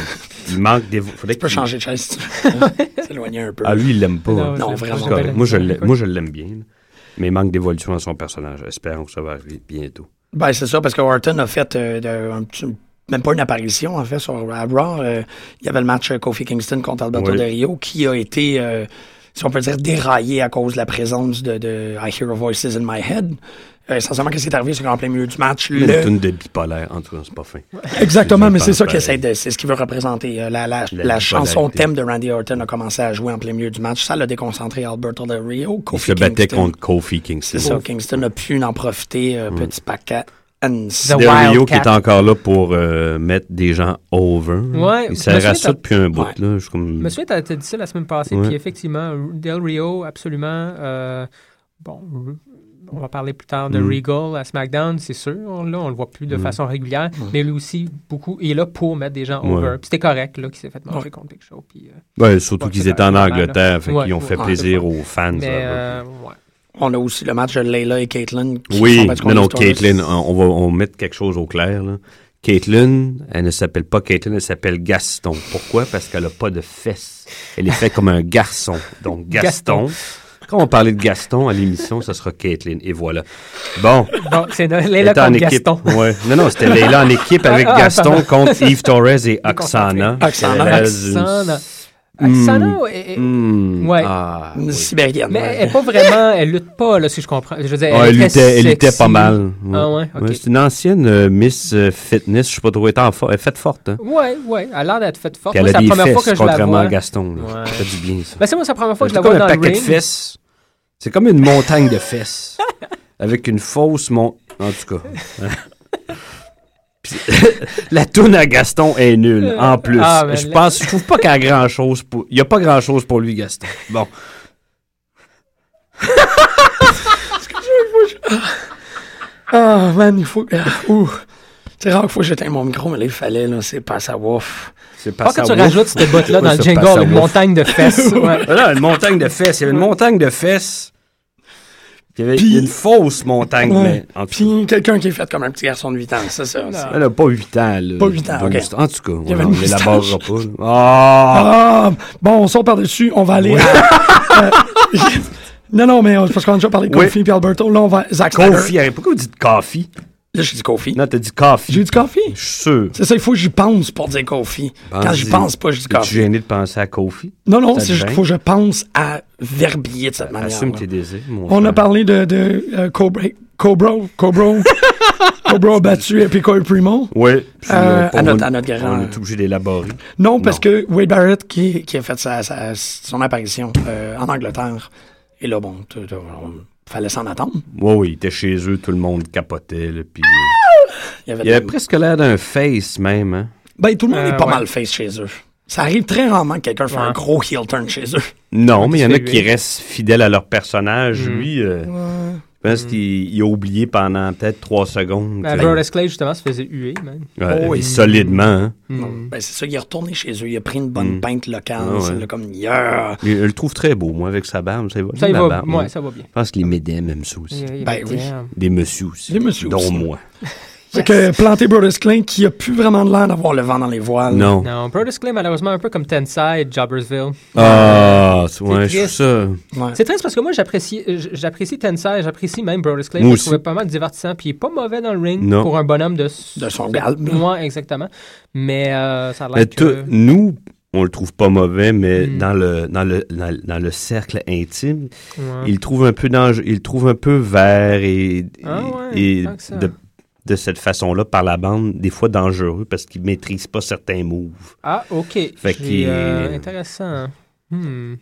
Speaker 8: il manque des. Faudrait
Speaker 6: Tu peux
Speaker 8: qu'il-
Speaker 6: changer de chaise.
Speaker 7: *laughs*
Speaker 6: S'éloigner un peu.
Speaker 8: Ah, lui, il l'aime pas.
Speaker 7: Non,
Speaker 8: hein.
Speaker 7: je l'aime
Speaker 8: C'est
Speaker 6: vraiment
Speaker 8: correct.
Speaker 7: pas.
Speaker 8: Moi, je l'ai- moi, je l'aime bien, là. mais il manque d'évolution à son personnage. Espérons que ça va arriver bientôt.
Speaker 6: Ben, c'est ça, parce que Orton a fait euh, de- un petit- même pas une apparition, en fait, sur à Raw. euh, il y avait le match euh, Kofi Kingston contre Alberto
Speaker 8: Oui.
Speaker 6: Del Rio qui a été, euh, si on peut dire, déraillé à cause de la présence de, de I Hear Voices in My Head. Euh, essentiellement, qu'est-ce qui est arrivé, c'est qu'en plein milieu du match,
Speaker 8: Une
Speaker 6: le...
Speaker 8: toune de bipolaire, en tout cas, c'est pas fin.
Speaker 6: Exactement,
Speaker 8: Je
Speaker 6: mais c'est
Speaker 8: pense
Speaker 6: ça qu'il essaie
Speaker 8: pareil.
Speaker 6: de, c'est ce qu'il veut représenter. Euh, La, la-
Speaker 8: La
Speaker 6: la chanson
Speaker 8: bipolairité.
Speaker 6: thème de Randy Orton a commencé à jouer en plein milieu du match. Ça l'a déconcentré Alberto Del Rio.
Speaker 8: Il
Speaker 6: Kofi
Speaker 8: se battait
Speaker 6: Kingston.
Speaker 8: contre Kofi Mm. Kingston.
Speaker 6: C'est ça, Kingston a pu en profiter, euh, petit paquet. And
Speaker 7: The
Speaker 8: Del Rio qui
Speaker 7: Wildcat.
Speaker 8: est encore là pour euh, mettre des gens over. hein.
Speaker 7: Ouais,
Speaker 8: il
Speaker 7: je me
Speaker 8: sert
Speaker 7: souviens,
Speaker 8: à ça
Speaker 7: t'as-
Speaker 8: depuis un bout.
Speaker 6: Ouais.
Speaker 8: Là, je suis comme...
Speaker 7: Je me souviens, t'as t'as dit ça la semaine passée,
Speaker 8: Ouais.
Speaker 7: puis effectivement, Del Rio, absolument. euh, bon, on va parler plus tard de
Speaker 8: Mm.
Speaker 7: Regal à SmackDown, c'est sûr. Là, on le voit plus de
Speaker 8: Mm.
Speaker 7: façon régulière. Mais lui aussi, beaucoup, il est là pour mettre des gens
Speaker 8: Ouais.
Speaker 7: over. Puis c'était correct, là, qu'il s'est fait manger
Speaker 6: Ouais.
Speaker 7: contre Big Show. Puis, euh,
Speaker 8: Ouais, surtout
Speaker 7: Ouais,
Speaker 8: qu'ils
Speaker 7: c'est
Speaker 8: étaient en
Speaker 7: normal, là.
Speaker 8: Angleterre, fait
Speaker 7: Ouais,
Speaker 8: qu'ils ont fait
Speaker 7: ouais,
Speaker 8: plaisir
Speaker 7: c'est
Speaker 8: aux fans. ça,
Speaker 7: mais,
Speaker 8: là.
Speaker 7: euh, ouais.
Speaker 6: On a aussi le match de Layla et Caitlyn. qui
Speaker 8: Oui,
Speaker 6: sont battus
Speaker 8: non,
Speaker 6: contre
Speaker 8: non,
Speaker 6: les Stars.
Speaker 8: Caitlyn, on on va on va mettre quelque chose au clair. Là. Caitlyn, elle ne s'appelle pas Caitlyn, elle s'appelle Gaston. Pourquoi? Parce qu'elle n'a pas de fesses. Elle est faite comme un garçon. Donc, Gaston. Quand on parlait de Gaston à l'émission, ça sera Caitlyn. Et voilà. Bon.
Speaker 7: Bon, c'est
Speaker 8: elle
Speaker 7: Layla
Speaker 8: était en
Speaker 7: contre
Speaker 8: équipe.
Speaker 7: Gaston.
Speaker 8: Ouais. Non, non, c'était Leila en équipe avec
Speaker 7: Ah, ah,
Speaker 8: Gaston
Speaker 7: pardon.
Speaker 8: contre Yves Torres et Oksana.
Speaker 6: Oksana.
Speaker 8: *laughs* Elle a une-
Speaker 7: Oksana.
Speaker 8: Hmm.
Speaker 7: Oksana, est- est-
Speaker 8: Hmm.
Speaker 7: Ouais.
Speaker 8: Ah,
Speaker 6: Une
Speaker 8: oui.
Speaker 6: Sibérienne.
Speaker 7: Mais
Speaker 6: ouais.
Speaker 7: elle est pas vraiment, elle lutte pas, là, si je comprends. Je veux dire,
Speaker 8: Ah, elle,
Speaker 7: est Euh, très
Speaker 8: luttait, elle luttait
Speaker 7: sexy.
Speaker 8: pas mal. Ouais.
Speaker 7: Ah ouais, ok.
Speaker 8: Ouais, c'est une ancienne euh, Miss euh, Fitness. Je sais pas trop, elle était en for- elle est faite forte. Hein.
Speaker 7: Ouais, ouais, elle a l'air d'être faite forte.
Speaker 8: Puis
Speaker 7: Ah, Moi,
Speaker 8: elle
Speaker 7: c'est
Speaker 8: a des
Speaker 7: la première
Speaker 8: fesses,
Speaker 7: fois que je la
Speaker 8: contrairement
Speaker 7: vois.
Speaker 8: à Gaston. là.
Speaker 7: Ouais.
Speaker 8: Ça fait du bien, ça.
Speaker 7: Ben, c'est moi, c'est la première fois que je
Speaker 8: C'est
Speaker 7: la
Speaker 8: comme
Speaker 7: vois
Speaker 8: un
Speaker 7: dans le
Speaker 8: paquet de
Speaker 7: ring.
Speaker 8: fesses. C'est comme une montagne de fesses. *laughs* avec une fausse mon... En tout
Speaker 7: *laughs*
Speaker 8: cas. Puis, *laughs* la toune à Gaston est nulle, en plus.
Speaker 7: Ah, ben,
Speaker 8: je
Speaker 7: la-
Speaker 8: pense, je trouve pas qu'il y a grand-chose pour... Il y a pas grand-chose pour lui, Gaston. Bon.
Speaker 6: Ah, man, il faut. *laughs* ah, ouh. C'est rare que fois que j'éteins mon micro, mais là, il fallait, là, c'est pas sa ouf.
Speaker 8: C'est
Speaker 7: Pas que
Speaker 8: ça,
Speaker 7: tu
Speaker 8: ouf.
Speaker 7: rajoutes cette botte-là dans
Speaker 8: Ouais,
Speaker 7: le
Speaker 8: ça
Speaker 7: jingle,
Speaker 8: passe à
Speaker 7: une
Speaker 8: ouf.
Speaker 7: montagne
Speaker 8: *laughs*
Speaker 7: de fesses. ouais.
Speaker 8: Voilà, une montagne de fesses. Il y avait une montagne de fesses. Il y avait
Speaker 6: Puis-
Speaker 8: une fausse montagne,
Speaker 6: Ouais.
Speaker 8: mais en tout cas.
Speaker 6: Puis quelqu'un qui est fait comme un petit garçon de 8 ans, c'est ça. c'est-
Speaker 8: Elle a pas 8 ans, là.
Speaker 6: Pas huit ans,
Speaker 8: Douze- En tout cas,
Speaker 6: y avait
Speaker 8: on
Speaker 6: une
Speaker 8: l'élaborera
Speaker 6: moustache.
Speaker 8: pas. là. Ah!
Speaker 6: Ah, bon, on sort par-dessus, on va aller. à- *laughs* euh, non, non, mais euh, parce qu'on a déjà parlé de
Speaker 8: Oui.
Speaker 6: Kofi et Alberto. Là, on va. Zach Snyder.
Speaker 8: Coffee, arrête. pourquoi vous dites coffee?
Speaker 6: Là, j'ai dit Kofi.
Speaker 8: Non, t'as dit coffee.
Speaker 6: J'ai dit Kofi.
Speaker 8: Je suis sûr.
Speaker 6: C'est ça, il faut que j'y pense pour dire Kofi. Quand j'y pense pas, je dis
Speaker 8: Je suis
Speaker 6: Kofi.
Speaker 8: gêné de penser à coffee.
Speaker 6: Non, non,
Speaker 8: Ça
Speaker 6: c'est juste
Speaker 8: devient.
Speaker 6: qu'il faut que je pense à verbier de cette manière.
Speaker 8: Assume tes désirs, mon
Speaker 6: Ah, On a
Speaker 8: frère.
Speaker 6: parlé de, de euh, Cobra. Cobra. *laughs* Cobra. Cobra a battu Epico et Primo.
Speaker 8: Oui. puis
Speaker 6: Euh,
Speaker 8: on-
Speaker 6: à notre-
Speaker 8: on-
Speaker 6: à notre garant.
Speaker 8: On est obligé d'élaborer.
Speaker 6: Non, parce
Speaker 8: Non.
Speaker 6: que Wade Barrett, qui, qui a fait sa, sa- son apparition euh, en Angleterre, et là, bon, t- t- on- fallait s'en attendre.
Speaker 8: Oui, oui, il était chez eux, tout le monde capotait. là, puis, euh,
Speaker 6: Il y avait
Speaker 8: il avait
Speaker 6: des-
Speaker 8: presque l'air d'un face, même. Hein?
Speaker 6: Ben, tout le monde
Speaker 7: Euh,
Speaker 6: est pas
Speaker 7: ouais.
Speaker 6: mal face chez eux. Ça arrive très rarement que quelqu'un fait un
Speaker 7: Ouais.
Speaker 6: gros heel turn chez eux.
Speaker 8: Non, mais il y en a
Speaker 7: c'est
Speaker 8: qui
Speaker 7: lui.
Speaker 8: restent fidèles à leur personnage.
Speaker 7: Mm.
Speaker 8: Lui, euh, je pense qu'il il a oublié pendant peut-être trois secondes.
Speaker 7: Ben,
Speaker 8: tu sais.
Speaker 7: Brodus Clay, justement, se faisait huer, man.
Speaker 8: Ouais,
Speaker 6: Oh oui.
Speaker 8: Solidement. hein.
Speaker 7: Mm-hmm.
Speaker 6: Ben, c'est ça, il est retourné chez eux, il a pris une bonne
Speaker 8: Mm.
Speaker 6: pinte locale,
Speaker 8: Ah ouais.
Speaker 6: c'est là comme hier.
Speaker 8: Il- Je le trouve très beau, moi, avec sa barbe. Ça,
Speaker 7: Ça, il
Speaker 8: la
Speaker 7: va,
Speaker 8: barbe, hein.
Speaker 7: ouais, ça va bien.
Speaker 8: Je pense que les médèmes aiment ça aussi.
Speaker 7: Il- il
Speaker 6: Ben
Speaker 7: va
Speaker 6: oui.
Speaker 7: bien.
Speaker 8: Des messieurs aussi.
Speaker 6: Des messieurs
Speaker 8: Dont
Speaker 6: aussi.
Speaker 8: moi.
Speaker 6: Fait que planter Brodus Klein, qui a plus vraiment de l'air d'avoir le vent dans les voiles.
Speaker 8: Non.
Speaker 7: Non, Brodus Clay, malheureusement, un peu comme Tensai, Jobbersville.
Speaker 8: Ah, c'est- ouais,
Speaker 7: triste.
Speaker 8: je trouve ça.
Speaker 6: Ouais.
Speaker 7: C'est triste parce que moi, j'apprécie euh, j- j'apprécie Tensai, j'apprécie même Brodus Clay.
Speaker 8: Moi
Speaker 7: je le
Speaker 8: aussi.
Speaker 7: trouvais pas mal divertissant, puis il est pas mauvais dans le ring
Speaker 8: Non.
Speaker 7: pour un bonhomme de...
Speaker 6: De son galbe.
Speaker 7: Moi, exactement. Mais euh, ça a
Speaker 8: Mais
Speaker 7: l'air
Speaker 8: Ben, tout-
Speaker 7: que...
Speaker 8: nous, on le trouve pas mauvais, mais
Speaker 7: Mm.
Speaker 8: dans, le, dans, le, dans, le- dans le cercle intime,
Speaker 7: Ouais.
Speaker 8: il le trouve un peu dangereux, il le trouve un peu vert et,
Speaker 7: Ah ouais,
Speaker 8: et
Speaker 7: tant que ça.
Speaker 8: de, de cette façon-là par la bande, des fois dangereux parce qu'il maîtrise pas certains moves.
Speaker 7: Ah, OK.
Speaker 8: Fait
Speaker 7: J'ai,
Speaker 8: qu'il-
Speaker 7: euh, intéressant. Hmm.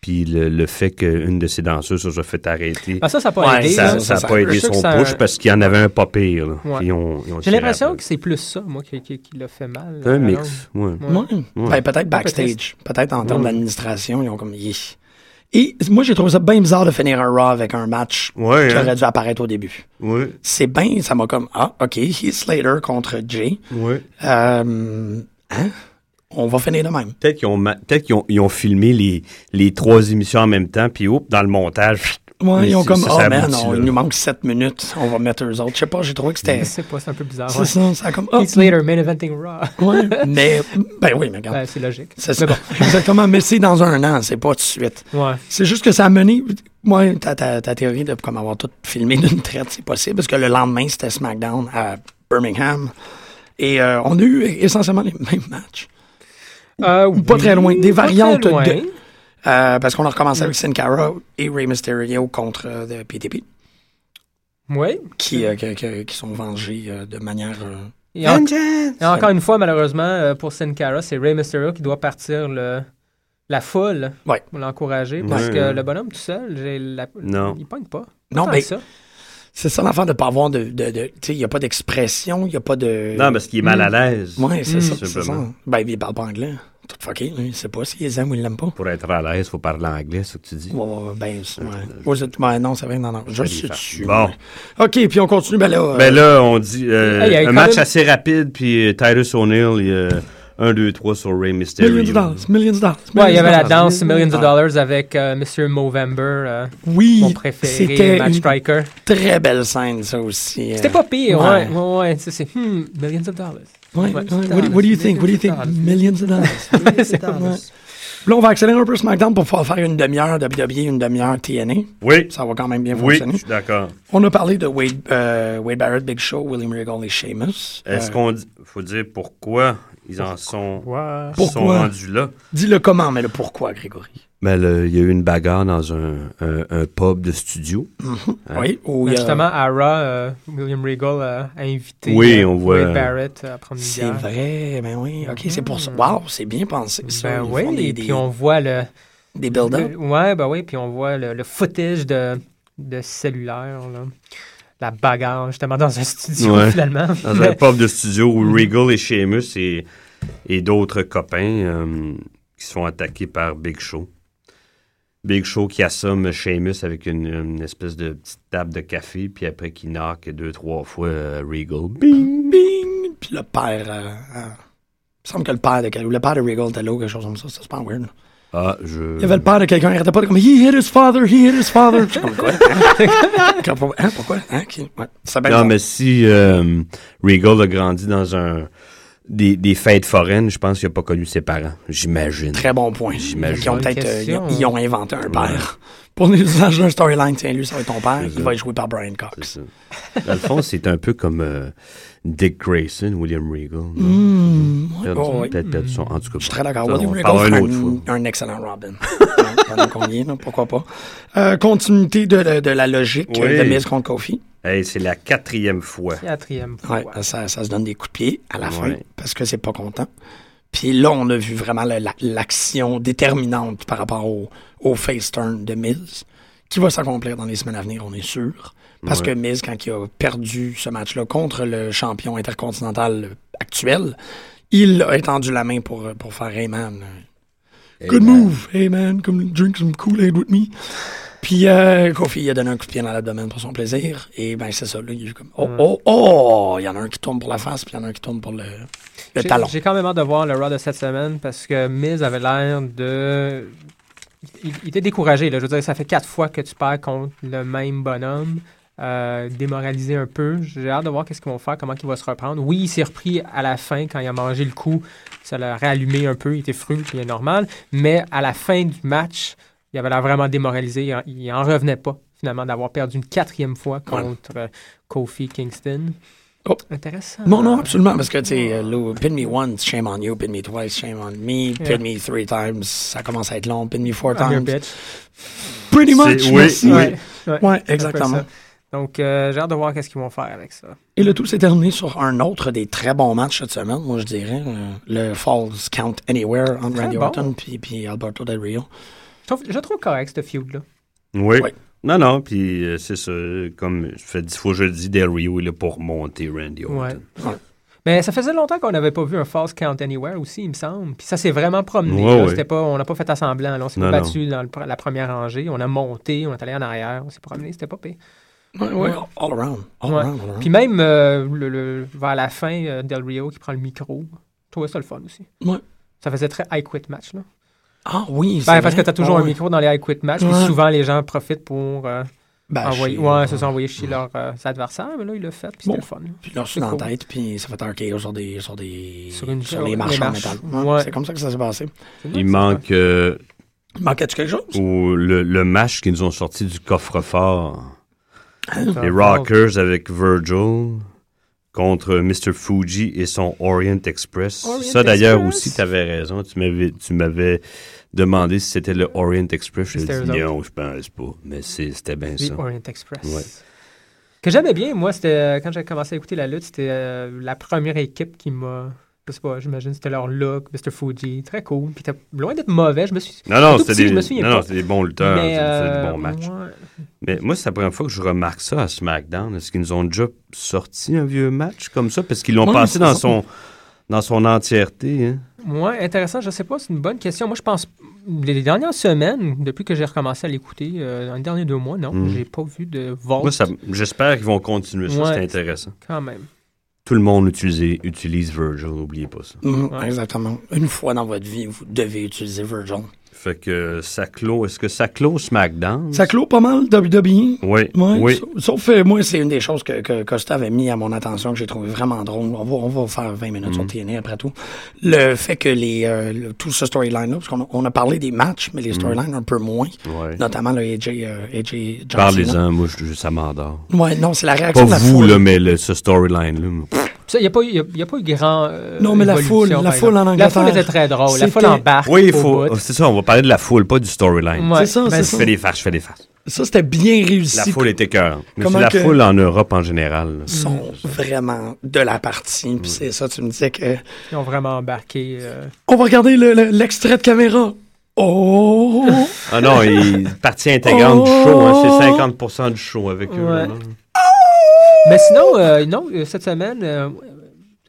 Speaker 8: Puis le, le fait qu'une de ses danseuses se soit fait arrêter,
Speaker 7: Ben, ça, ça n'a pas
Speaker 6: Ouais,
Speaker 7: aidé.
Speaker 8: ça
Speaker 7: là.
Speaker 8: n'a
Speaker 6: ça, ça-
Speaker 8: pas
Speaker 7: je
Speaker 8: aidé
Speaker 7: suis sûr
Speaker 8: son
Speaker 7: que ça-
Speaker 8: push parce qu'il y en avait un pas pire. là.
Speaker 7: Ouais.
Speaker 8: Ils ont- ils ont
Speaker 7: J'ai
Speaker 8: tiré
Speaker 7: l'impression
Speaker 8: après.
Speaker 7: que c'est plus ça, moi, qui, qui- qui l'a fait mal.
Speaker 8: C'est un
Speaker 7: Alors,
Speaker 8: mix. ouais.
Speaker 7: ouais.
Speaker 6: Ouais. Ben, peut-être backstage. Peut-être en termes d'administration, ils ont comme. Yih. Et moi, j'ai trouvé ça bien bizarre de finir un Raw avec un match
Speaker 8: Ouais,
Speaker 6: qui
Speaker 8: hein.
Speaker 6: aurait dû apparaître au début.
Speaker 8: Ouais,
Speaker 6: C'est bien, ça m'a comme. Ah, OK, Heath Slater contre Jay.
Speaker 8: ouais.
Speaker 6: Euh, hein? On va finir de même.
Speaker 8: Peut-être qu'ils ont, ma- peut-être qu'ils ont, ils ont filmé les, les trois émissions en même temps, puis hop, dans le montage.
Speaker 6: Ouais,
Speaker 8: Mais
Speaker 6: ils ont
Speaker 8: c'est-
Speaker 6: comme.
Speaker 8: ça, ça
Speaker 6: Ah, man,
Speaker 8: aboutit,
Speaker 6: on-
Speaker 8: là.
Speaker 6: il nous manque 7 minutes. On va mettre eux autres. Je sais pas, j'ai trouvé que c'était.
Speaker 7: Je sais pas, c'est un peu bizarre.
Speaker 6: C'est
Speaker 7: ouais.
Speaker 6: ça, ça a comme. ah,
Speaker 7: Heath Slater, main eventing Raw.
Speaker 6: ouais, mais. Ben oui, mais regarde.
Speaker 7: Ben, c'est logique.
Speaker 6: C'est ça. Exactement, mais c'est dans un an, c'est pas tout de suite.
Speaker 7: Ouais.
Speaker 6: C'est juste que ça a mené. Moi, ta, ta, ta théorie de comme avoir tout filmé *laughs* d'une traite, c'est possible, parce que le lendemain, c'était SmackDown à Birmingham. Et euh, on a eu essentiellement les *laughs* mêmes matchs.
Speaker 7: Euh,
Speaker 6: *laughs* pas très loin. Des
Speaker 7: pas très
Speaker 6: variantes
Speaker 7: loin.
Speaker 6: de- Euh, parce qu'on a recommencé avec Sin Cara et Rey Mysterio contre euh, the PTP,
Speaker 7: Oui.
Speaker 6: qui, euh, qui, qui- qui sont vengés euh, de manière. euh,
Speaker 7: Et, en- et encore une fois, malheureusement, euh, pour Sin Cara, c'est Ray Mysterio qui doit partir le... la foule
Speaker 6: Ouais.
Speaker 7: pour l'encourager.
Speaker 8: Ouais.
Speaker 7: Parce que le bonhomme tout seul, j'ai la...
Speaker 8: Non.
Speaker 7: il pogne pas.
Speaker 6: Non,
Speaker 7: Tant
Speaker 6: mais
Speaker 7: que ça.
Speaker 6: c'est ça l'affaire de pas avoir de. de, de- tu sais, il n'y a pas d'expression, il n'y a pas de.
Speaker 8: Non, parce qu'il est mal à l'aise.
Speaker 6: Ouais, c'est
Speaker 7: Mm.
Speaker 6: ça, c'est ça.
Speaker 8: Simplement.
Speaker 6: Ben, il parle pas anglais. Tout fucké, là. Il sait pas s'il les aime ou il l'aime pas.
Speaker 8: Pour être à l'aise, il faut parler anglais, c'est ce que tu dis.
Speaker 6: Ouais, ouais, ouais, ben, c'est- ouais. Ouais, c'est- ben, non, ça vient d'en avoir. Je
Speaker 8: Allez,
Speaker 6: suis
Speaker 8: faire.
Speaker 6: dessus.
Speaker 8: Bon.
Speaker 6: ouais. OK, puis on continue. Ben là, euh,
Speaker 8: Ben là, on dit euh,
Speaker 7: Hey, il y a
Speaker 8: un
Speaker 7: quand
Speaker 8: match
Speaker 7: même-
Speaker 8: assez rapide, puis euh, Tyrus O'Neill, il, euh, 1, 2, 3 sur
Speaker 6: millions
Speaker 8: Ray
Speaker 6: de
Speaker 8: Mysterio.
Speaker 6: dollars, millions de dollars.
Speaker 7: Ouais, il y avait la
Speaker 6: millions de dollars,
Speaker 7: danse Millions
Speaker 6: de
Speaker 7: of Dollars avec euh, Monsieur Movember, euh, mon
Speaker 6: Oui,
Speaker 7: préféré,
Speaker 6: c'était
Speaker 7: Match
Speaker 6: une
Speaker 7: Striker.
Speaker 6: très belle scène, ça aussi. euh.
Speaker 7: C'était pas pire,
Speaker 6: Ouais.
Speaker 7: ouais. Ouais, ouais, ça, c'est hmm, Millions of Dollars.
Speaker 6: Ouais, ouais.
Speaker 7: Ouais.
Speaker 6: What, do- what do you think? What do you think? Millions of dollars. Ouais.
Speaker 7: *laughs*
Speaker 6: Là, on va accélérer un peu SmackDown pour pouvoir faire une demi-heure WWE, une demi-heure TNA.
Speaker 8: Oui,
Speaker 6: Ça va quand même bien
Speaker 8: oui, je
Speaker 6: fonctionner.
Speaker 8: suis d'accord.
Speaker 6: On a parlé de Wade, euh, Wade Barrett, Big Show, William Regal et Sheamus.
Speaker 8: Est-ce
Speaker 6: Euh,
Speaker 8: qu'on dit- faut dire pourquoi ils en sont, sont
Speaker 6: Pourquoi?
Speaker 8: rendus là?
Speaker 6: Dis-le comment, mais le pourquoi, Grégory.
Speaker 8: Ben, le- il y a eu une bagarre dans un, un- un pub de studio. Ouais.
Speaker 6: Oui, où il y a-
Speaker 7: Ben, Justement, à Raw, euh, William Regal euh, a invité
Speaker 8: Oui,
Speaker 7: euh,
Speaker 8: on voit-
Speaker 7: Wade Barrett à prendre une
Speaker 6: C'est
Speaker 7: bière.
Speaker 6: vrai, ben oui. OK, c'est pour ça. Wow, c'est bien pensé. ça.
Speaker 7: Ben
Speaker 6: Ils
Speaker 7: oui,
Speaker 6: font des,
Speaker 7: et
Speaker 6: des,
Speaker 7: puis on voit le,
Speaker 6: des build-up.
Speaker 7: le- ouais, ben oui, puis on voit le, le footage de, de cellulaire, là. la bagarre justement dans un studio
Speaker 8: Ouais.
Speaker 7: *laughs* finalement.
Speaker 8: Dans un pub de studio où Regal et Sheamus et, et d'autres copains euh, qui sont attaqués par Big Show. Big Show qui assomme Sheamus avec une, une espèce de petite table de café, puis après qui knock deux, trois fois euh, Regal.
Speaker 6: Bing, bing. Puis le père... euh, euh, il me semble que le père de quelqu'un, le père de Regal était là ou quelque chose comme ça. Ça, C'est pas weird. là.
Speaker 8: Ah, je.
Speaker 6: Il y avait le père de quelqu'un, il arrêtait pas de comme « He hit his father, he hit his father ». Je suis *laughs* comme « Quoi? *laughs* Hein? Comme pour- hein? Pourquoi? Hein? Qui- ouais. Ça va être
Speaker 8: Non,
Speaker 6: bon.
Speaker 8: mais si euh, Regal a grandi dans un. Des, des fêtes foraines, je pense qu'il n'a pas connu ses parents. J'imagine.
Speaker 6: Très bon point.
Speaker 8: J'imagine.
Speaker 6: Ils ont peut-être...
Speaker 7: Bonne
Speaker 6: euh, ils, ont,
Speaker 7: question.
Speaker 6: ils ont inventé un père. Pour les usages d'un storyline, tiens, lui, ça va être ton père, il va être joué par Brian
Speaker 8: C'est
Speaker 6: Cox.
Speaker 8: ça. Dans le fond, c'est un peu comme euh, Dick Grayson, William Regal. non? Perdu-
Speaker 6: oh, oui.
Speaker 8: Peut-être perdu son. En tout cas,
Speaker 6: Je suis très d'accord.
Speaker 8: ça,
Speaker 6: William
Speaker 8: on
Speaker 6: Regal
Speaker 8: parlera
Speaker 6: fera
Speaker 8: une autre fois.
Speaker 6: un, un excellent Robin. Pendant qu'on y est, là, pourquoi pas. Euh, continuité de, de- de la logique
Speaker 8: Oui.
Speaker 6: euh, de Miz contre Kofi.
Speaker 8: Hey, c'est la quatrième fois.
Speaker 7: Quatrième fois.
Speaker 6: Ouais, ça, ça se donne des coups de pied à la fin
Speaker 8: Ouais.
Speaker 6: parce que c'est pas content. Puis là, on a vu vraiment le- la- l'action déterminante par rapport au, au face turn de Miz, qui va s'accomplir dans les semaines à venir, on est sûr. Parce que Miz, quand il a perdu ce match-là contre le champion intercontinental actuel, il a étendu la main pour, euh, pour faire Rayman. Good move, hey man, come drink some Kool-Aid with me. Puis euh, Kofi, il a donné un coup de pied dans l'abdomen pour son plaisir. Et ben c'est ça, là, il est comme
Speaker 7: Mm.
Speaker 6: oh, oh, oh, il y en a un qui tourne pour la face, puis il y en a un qui tourne pour le, le
Speaker 7: J'ai-
Speaker 6: talon.
Speaker 7: J'ai quand même hâte de voir le Raw de cette semaine parce que Miz avait l'air de. Il, il était découragé. Là. Je veux dire, ça fait quatre fois que tu perds contre le même bonhomme. euh, démoralisé un peu. J'ai hâte de voir qu'est-ce qu'ils vont faire, comment il va se reprendre. Oui, il s'est repris à la fin quand il a mangé le coup. Ça l'a réallumé un peu. Il était fru, puis il est normal. Mais à la fin du match, il avait l'air vraiment démoralisé. Il en- Il en revenait pas, finalement, d'avoir perdu une quatrième fois contre euh, Kofi Kingston.
Speaker 6: Oh.
Speaker 7: Intéressant.
Speaker 6: Non, non, absolument, parce que tu sais, euh, le pin me once, shame on you, pin me twice, shame on me, pin
Speaker 7: Yeah. Ah,
Speaker 6: me three times, ça commence à être long, pin me four
Speaker 7: I'm your
Speaker 6: times.
Speaker 7: bitch.
Speaker 6: Pretty much,
Speaker 8: C'est- oui,
Speaker 6: merci.
Speaker 8: oui.
Speaker 6: Ouais,
Speaker 7: ouais.
Speaker 6: ouais,
Speaker 7: C'est un peu
Speaker 6: exactement.
Speaker 7: ça. Donc, euh, j'ai hâte de voir qu'est-ce qu'ils vont faire avec ça.
Speaker 6: Et le tout s'est terminé sur un autre des très bons matchs cette semaine, moi je dirais, euh, le Falls Count Anywhere entre
Speaker 7: Très
Speaker 6: Randy
Speaker 7: bon.
Speaker 6: Orton puis puis Alberto Del Rio.
Speaker 7: Je trouve, je trouve correct, ce feud-là.
Speaker 8: Oui.
Speaker 6: Ouais.
Speaker 8: Non, non, puis euh, c'est ça. euh, Comme je fais dix fois, je le dis, Del Rio est là pour monter Randy Orton.
Speaker 7: Ouais.
Speaker 6: Ouais.
Speaker 7: Mais ça faisait longtemps qu'on n'avait pas vu un false count anywhere aussi, il me semble. Puis ça s'est vraiment promené.
Speaker 8: Ouais,
Speaker 7: là.
Speaker 8: ouais.
Speaker 7: C'était Pas, on n'a pas fait à semblant. là. On s'est
Speaker 8: Non,
Speaker 7: pas battu dans le pr- la première rangée. On a monté, on est allé en arrière, on s'est promené, c'était pas pire.
Speaker 6: Ouais, ouais, all around, all
Speaker 7: Ouais.
Speaker 6: around, all around.
Speaker 7: Puis même euh, le, le- vers la fin, euh, Del Rio qui prend le micro. Je trouvais ça le fun aussi.
Speaker 6: Ouais.
Speaker 7: Ça faisait très high quit match. Là.
Speaker 6: Ah oui, c'est
Speaker 7: Ben, parce que
Speaker 6: vrai.
Speaker 7: tu as toujours
Speaker 6: Ah
Speaker 7: un
Speaker 6: oui.
Speaker 7: micro dans les high quit match. Puis
Speaker 6: Ouais.
Speaker 7: souvent, les gens profitent pour. euh,
Speaker 6: Ben,
Speaker 7: envoyé,
Speaker 6: je-
Speaker 7: ouais, se sont envoyés chez leurs euh, adversaires, mais là, il l'a fait, puis c'était le fun.
Speaker 6: Puis là,
Speaker 7: C'est
Speaker 6: sur la
Speaker 7: cool.
Speaker 6: tête, puis ça fait un KO sur des sur des
Speaker 7: Sur une-
Speaker 6: les
Speaker 7: les
Speaker 6: marches en
Speaker 7: marches.
Speaker 6: métal. Ouais,
Speaker 7: Ouais.
Speaker 6: C'est comme ça que ça s'est passé.
Speaker 8: Il manque euh,
Speaker 6: Manquait-tu quelque chose
Speaker 8: au- le, le match qu'ils nous ont sorti du coffre-fort. Les
Speaker 7: Les
Speaker 8: Rockers avec Virgil contre Mr. Fuji et son Orient Express.
Speaker 7: Orient
Speaker 8: ça, d'ailleurs,
Speaker 7: Express.
Speaker 8: aussi, tu avais raison. Tu m'avais, tu m'avais demandé si c'était le Orient Express. Je
Speaker 7: C'était
Speaker 8: t'ai dit
Speaker 7: eux
Speaker 8: non, je pense pas. Mais c'est- c'était bien
Speaker 7: The
Speaker 8: ça.
Speaker 7: Orient Express.
Speaker 8: Ouais.
Speaker 7: Que j'aimais bien, moi, c'était euh, quand j'ai commencé à écouter la lutte, c'était euh, la première équipe qui m'a. Je sais pas, j'imagine, c'était leur look, Mr. Fuji, très cool. Puis t'as- loin d'être mauvais, je me suis.
Speaker 8: Non, non,
Speaker 7: tout
Speaker 8: c'était
Speaker 7: petit,
Speaker 8: des,
Speaker 7: je me souviens
Speaker 8: non,
Speaker 7: pas.
Speaker 8: non, c'était des bons lutteurs.
Speaker 7: Mais,
Speaker 8: C'était des
Speaker 7: euh,
Speaker 8: bons matchs.
Speaker 7: ouais.
Speaker 8: Mais moi, c'est la première fois que je remarque ça à SmackDown. Est-ce qu'ils nous ont déjà sorti un vieux match comme ça? Parce qu'ils l'ont
Speaker 6: Ouais,
Speaker 8: passé
Speaker 6: c'est
Speaker 8: dans
Speaker 6: ça.
Speaker 8: son, dans son entièreté. hein.
Speaker 7: Oui, intéressant. Je ne sais pas, c'est une bonne question. Moi, je pense, les les dernières semaines, depuis que j'ai recommencé à l'écouter, euh, dans les derniers deux mois, non,
Speaker 8: Mm.
Speaker 7: j'ai pas vu de Vault
Speaker 8: Moi, ça- j'espère qu'ils vont continuer ça.
Speaker 7: Oh. Ouais.
Speaker 8: C'est intéressant.
Speaker 7: quand même.
Speaker 8: Tout le monde utilise, utilise Virgil, n'oubliez pas ça.
Speaker 6: Mhm,
Speaker 7: Ouais.
Speaker 6: Exactement. Une fois dans votre vie, vous devez utiliser Virgil.
Speaker 8: Fait que ça clôt. Est-ce que ça clôt SmackDown?
Speaker 6: Ça clôt pas mal
Speaker 7: E?
Speaker 6: WWE.
Speaker 8: Oui.
Speaker 6: Ouais,
Speaker 8: oui.
Speaker 6: sa- Sauf euh, moi, c'est une des choses que, que Costa avait mis à mon attention que j'ai trouvé vraiment drôle. On va, on va faire 20 minutes
Speaker 8: Mhm.
Speaker 6: sur TNA après tout. Le fait que les euh, le- tout ce storyline-là, parce qu'on a, on a parlé des matchs, mais les storylines un peu moins,
Speaker 8: Mhm. Ouais.
Speaker 6: notamment le AJ, euh, AJ John Cena.
Speaker 8: Parlez-en, moi, je- je- ça m'endort.
Speaker 6: Ouais, non, c'est la réaction
Speaker 8: Pas
Speaker 6: de la
Speaker 8: vous,
Speaker 6: foule.
Speaker 8: là, mais le- ce storyline-là.
Speaker 7: Il n'y a, pas eu- y a- y a pas eu grand. euh,
Speaker 6: Non, mais la
Speaker 7: évolution,
Speaker 6: foule-
Speaker 7: par
Speaker 6: la foule
Speaker 7: exemple.
Speaker 6: en
Speaker 7: La
Speaker 6: Angleterre,
Speaker 7: foule était très drôle. La foule
Speaker 6: c'était-
Speaker 7: en barque.
Speaker 8: Oui, il
Speaker 7: au
Speaker 8: faut. oh,
Speaker 7: bout.
Speaker 8: C'est ça, on va parler de la foule, pas du storyline.
Speaker 7: Ouais.
Speaker 6: C'est ça,
Speaker 7: Ben,
Speaker 6: c'est
Speaker 8: Je
Speaker 6: ça.
Speaker 8: fais des farces, je fais des farces.
Speaker 6: Ça, c'était bien
Speaker 8: La
Speaker 6: réussi.
Speaker 8: foule était cœur. Mais
Speaker 6: Comment
Speaker 8: c'est la
Speaker 6: que-
Speaker 8: foule en Europe en général. là.
Speaker 6: sont vraiment de la partie.
Speaker 8: Mhm.
Speaker 6: Puis c'est ça, tu me disais que...
Speaker 7: Ils ont vraiment embarqué. euh,
Speaker 6: On va regarder le- le- l'extrait de caméra. Oh!
Speaker 8: Ah non, il partie intégrante du show, hein, c'est 50% du show avec eux.
Speaker 7: Ouais.
Speaker 8: là.
Speaker 7: Mais sinon, euh, non, euh, cette semaine, euh,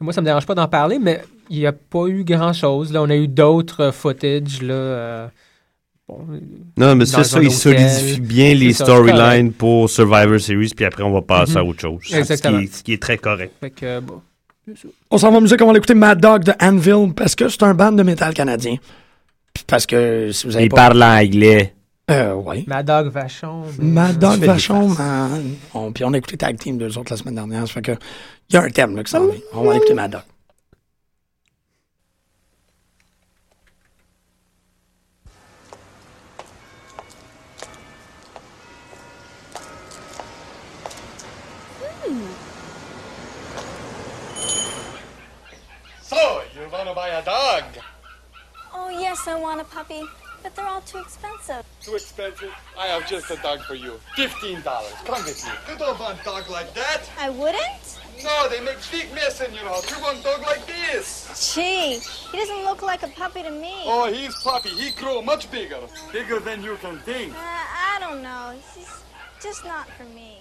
Speaker 7: moi, ça me dérange pas d'en parler, mais il n'y a pas eu grand-chose. Là, on a eu d'autres euh, footage, là. euh, bon, euh,
Speaker 8: Non, mais
Speaker 7: Dans
Speaker 8: c'est
Speaker 7: un
Speaker 8: ça, ils
Speaker 7: hôtel.
Speaker 8: solidifient bien les
Speaker 7: ça, c'est correct.
Speaker 8: storylines pour Survivor Series, puis après on va passer à autre chose.
Speaker 7: Exactement.
Speaker 8: Mhm. Ce qui, est, ce qui est très correct.
Speaker 7: fait que, bon.
Speaker 6: On s'en va en musique, on va l'écouter Mad Dog de Anvil parce que c'est un band de métal canadien. Puis parce que si vous avez
Speaker 8: Ils
Speaker 6: pas...
Speaker 8: parlent anglais.
Speaker 6: Euh, ouais.
Speaker 7: Mad Dog Vachon. mais-
Speaker 6: Mad
Speaker 8: Tu
Speaker 6: Dog
Speaker 8: fais des
Speaker 6: Vachon,
Speaker 8: farces.
Speaker 6: man. On, puis on a écouté Tag Team deux autres la semaine dernière, ça fait que il y a un thème là qui s'en vient. On va écouter Mad Dog.
Speaker 1: So, you wanna buy a dog?
Speaker 9: Oh, yes, I want a puppy, but they're all too expensive.
Speaker 1: Too expensive? I have just a dog for you. Fifteen dollars. Come with me. You don't want dog like that.
Speaker 9: I wouldn't?
Speaker 1: No, they make big mess in your house. You want dog like this?
Speaker 9: Gee, he doesn't look like a puppy to me.
Speaker 1: Oh, he's puppy. He grow much bigger. Bigger than you can think.
Speaker 9: Uh, I don't know. He's just not for me.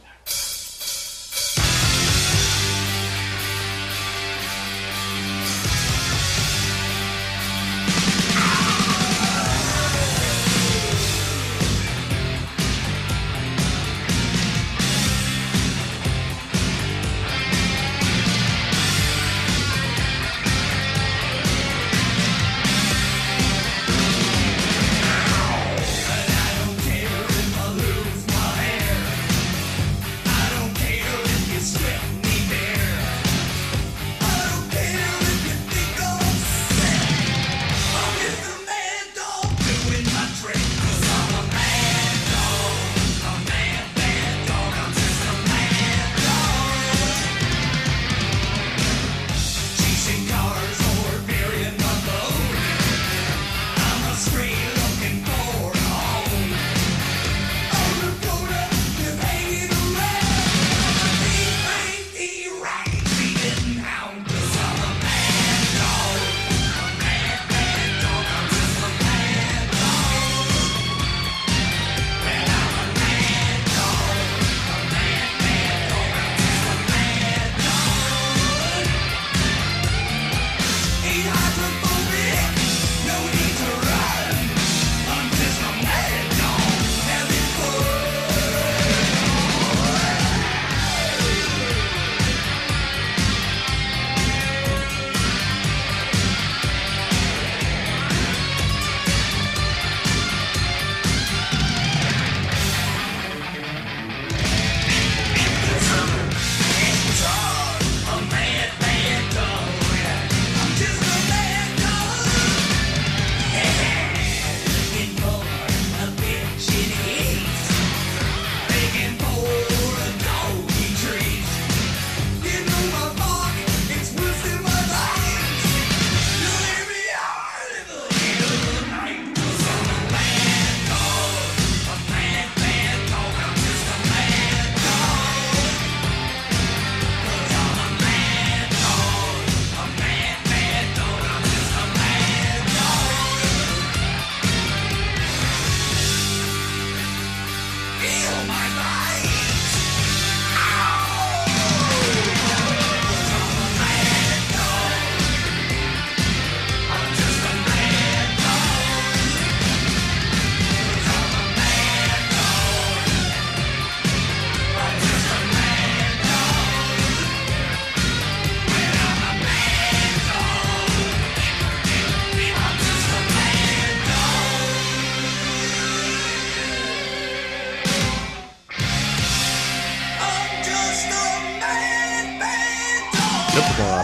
Speaker 1: I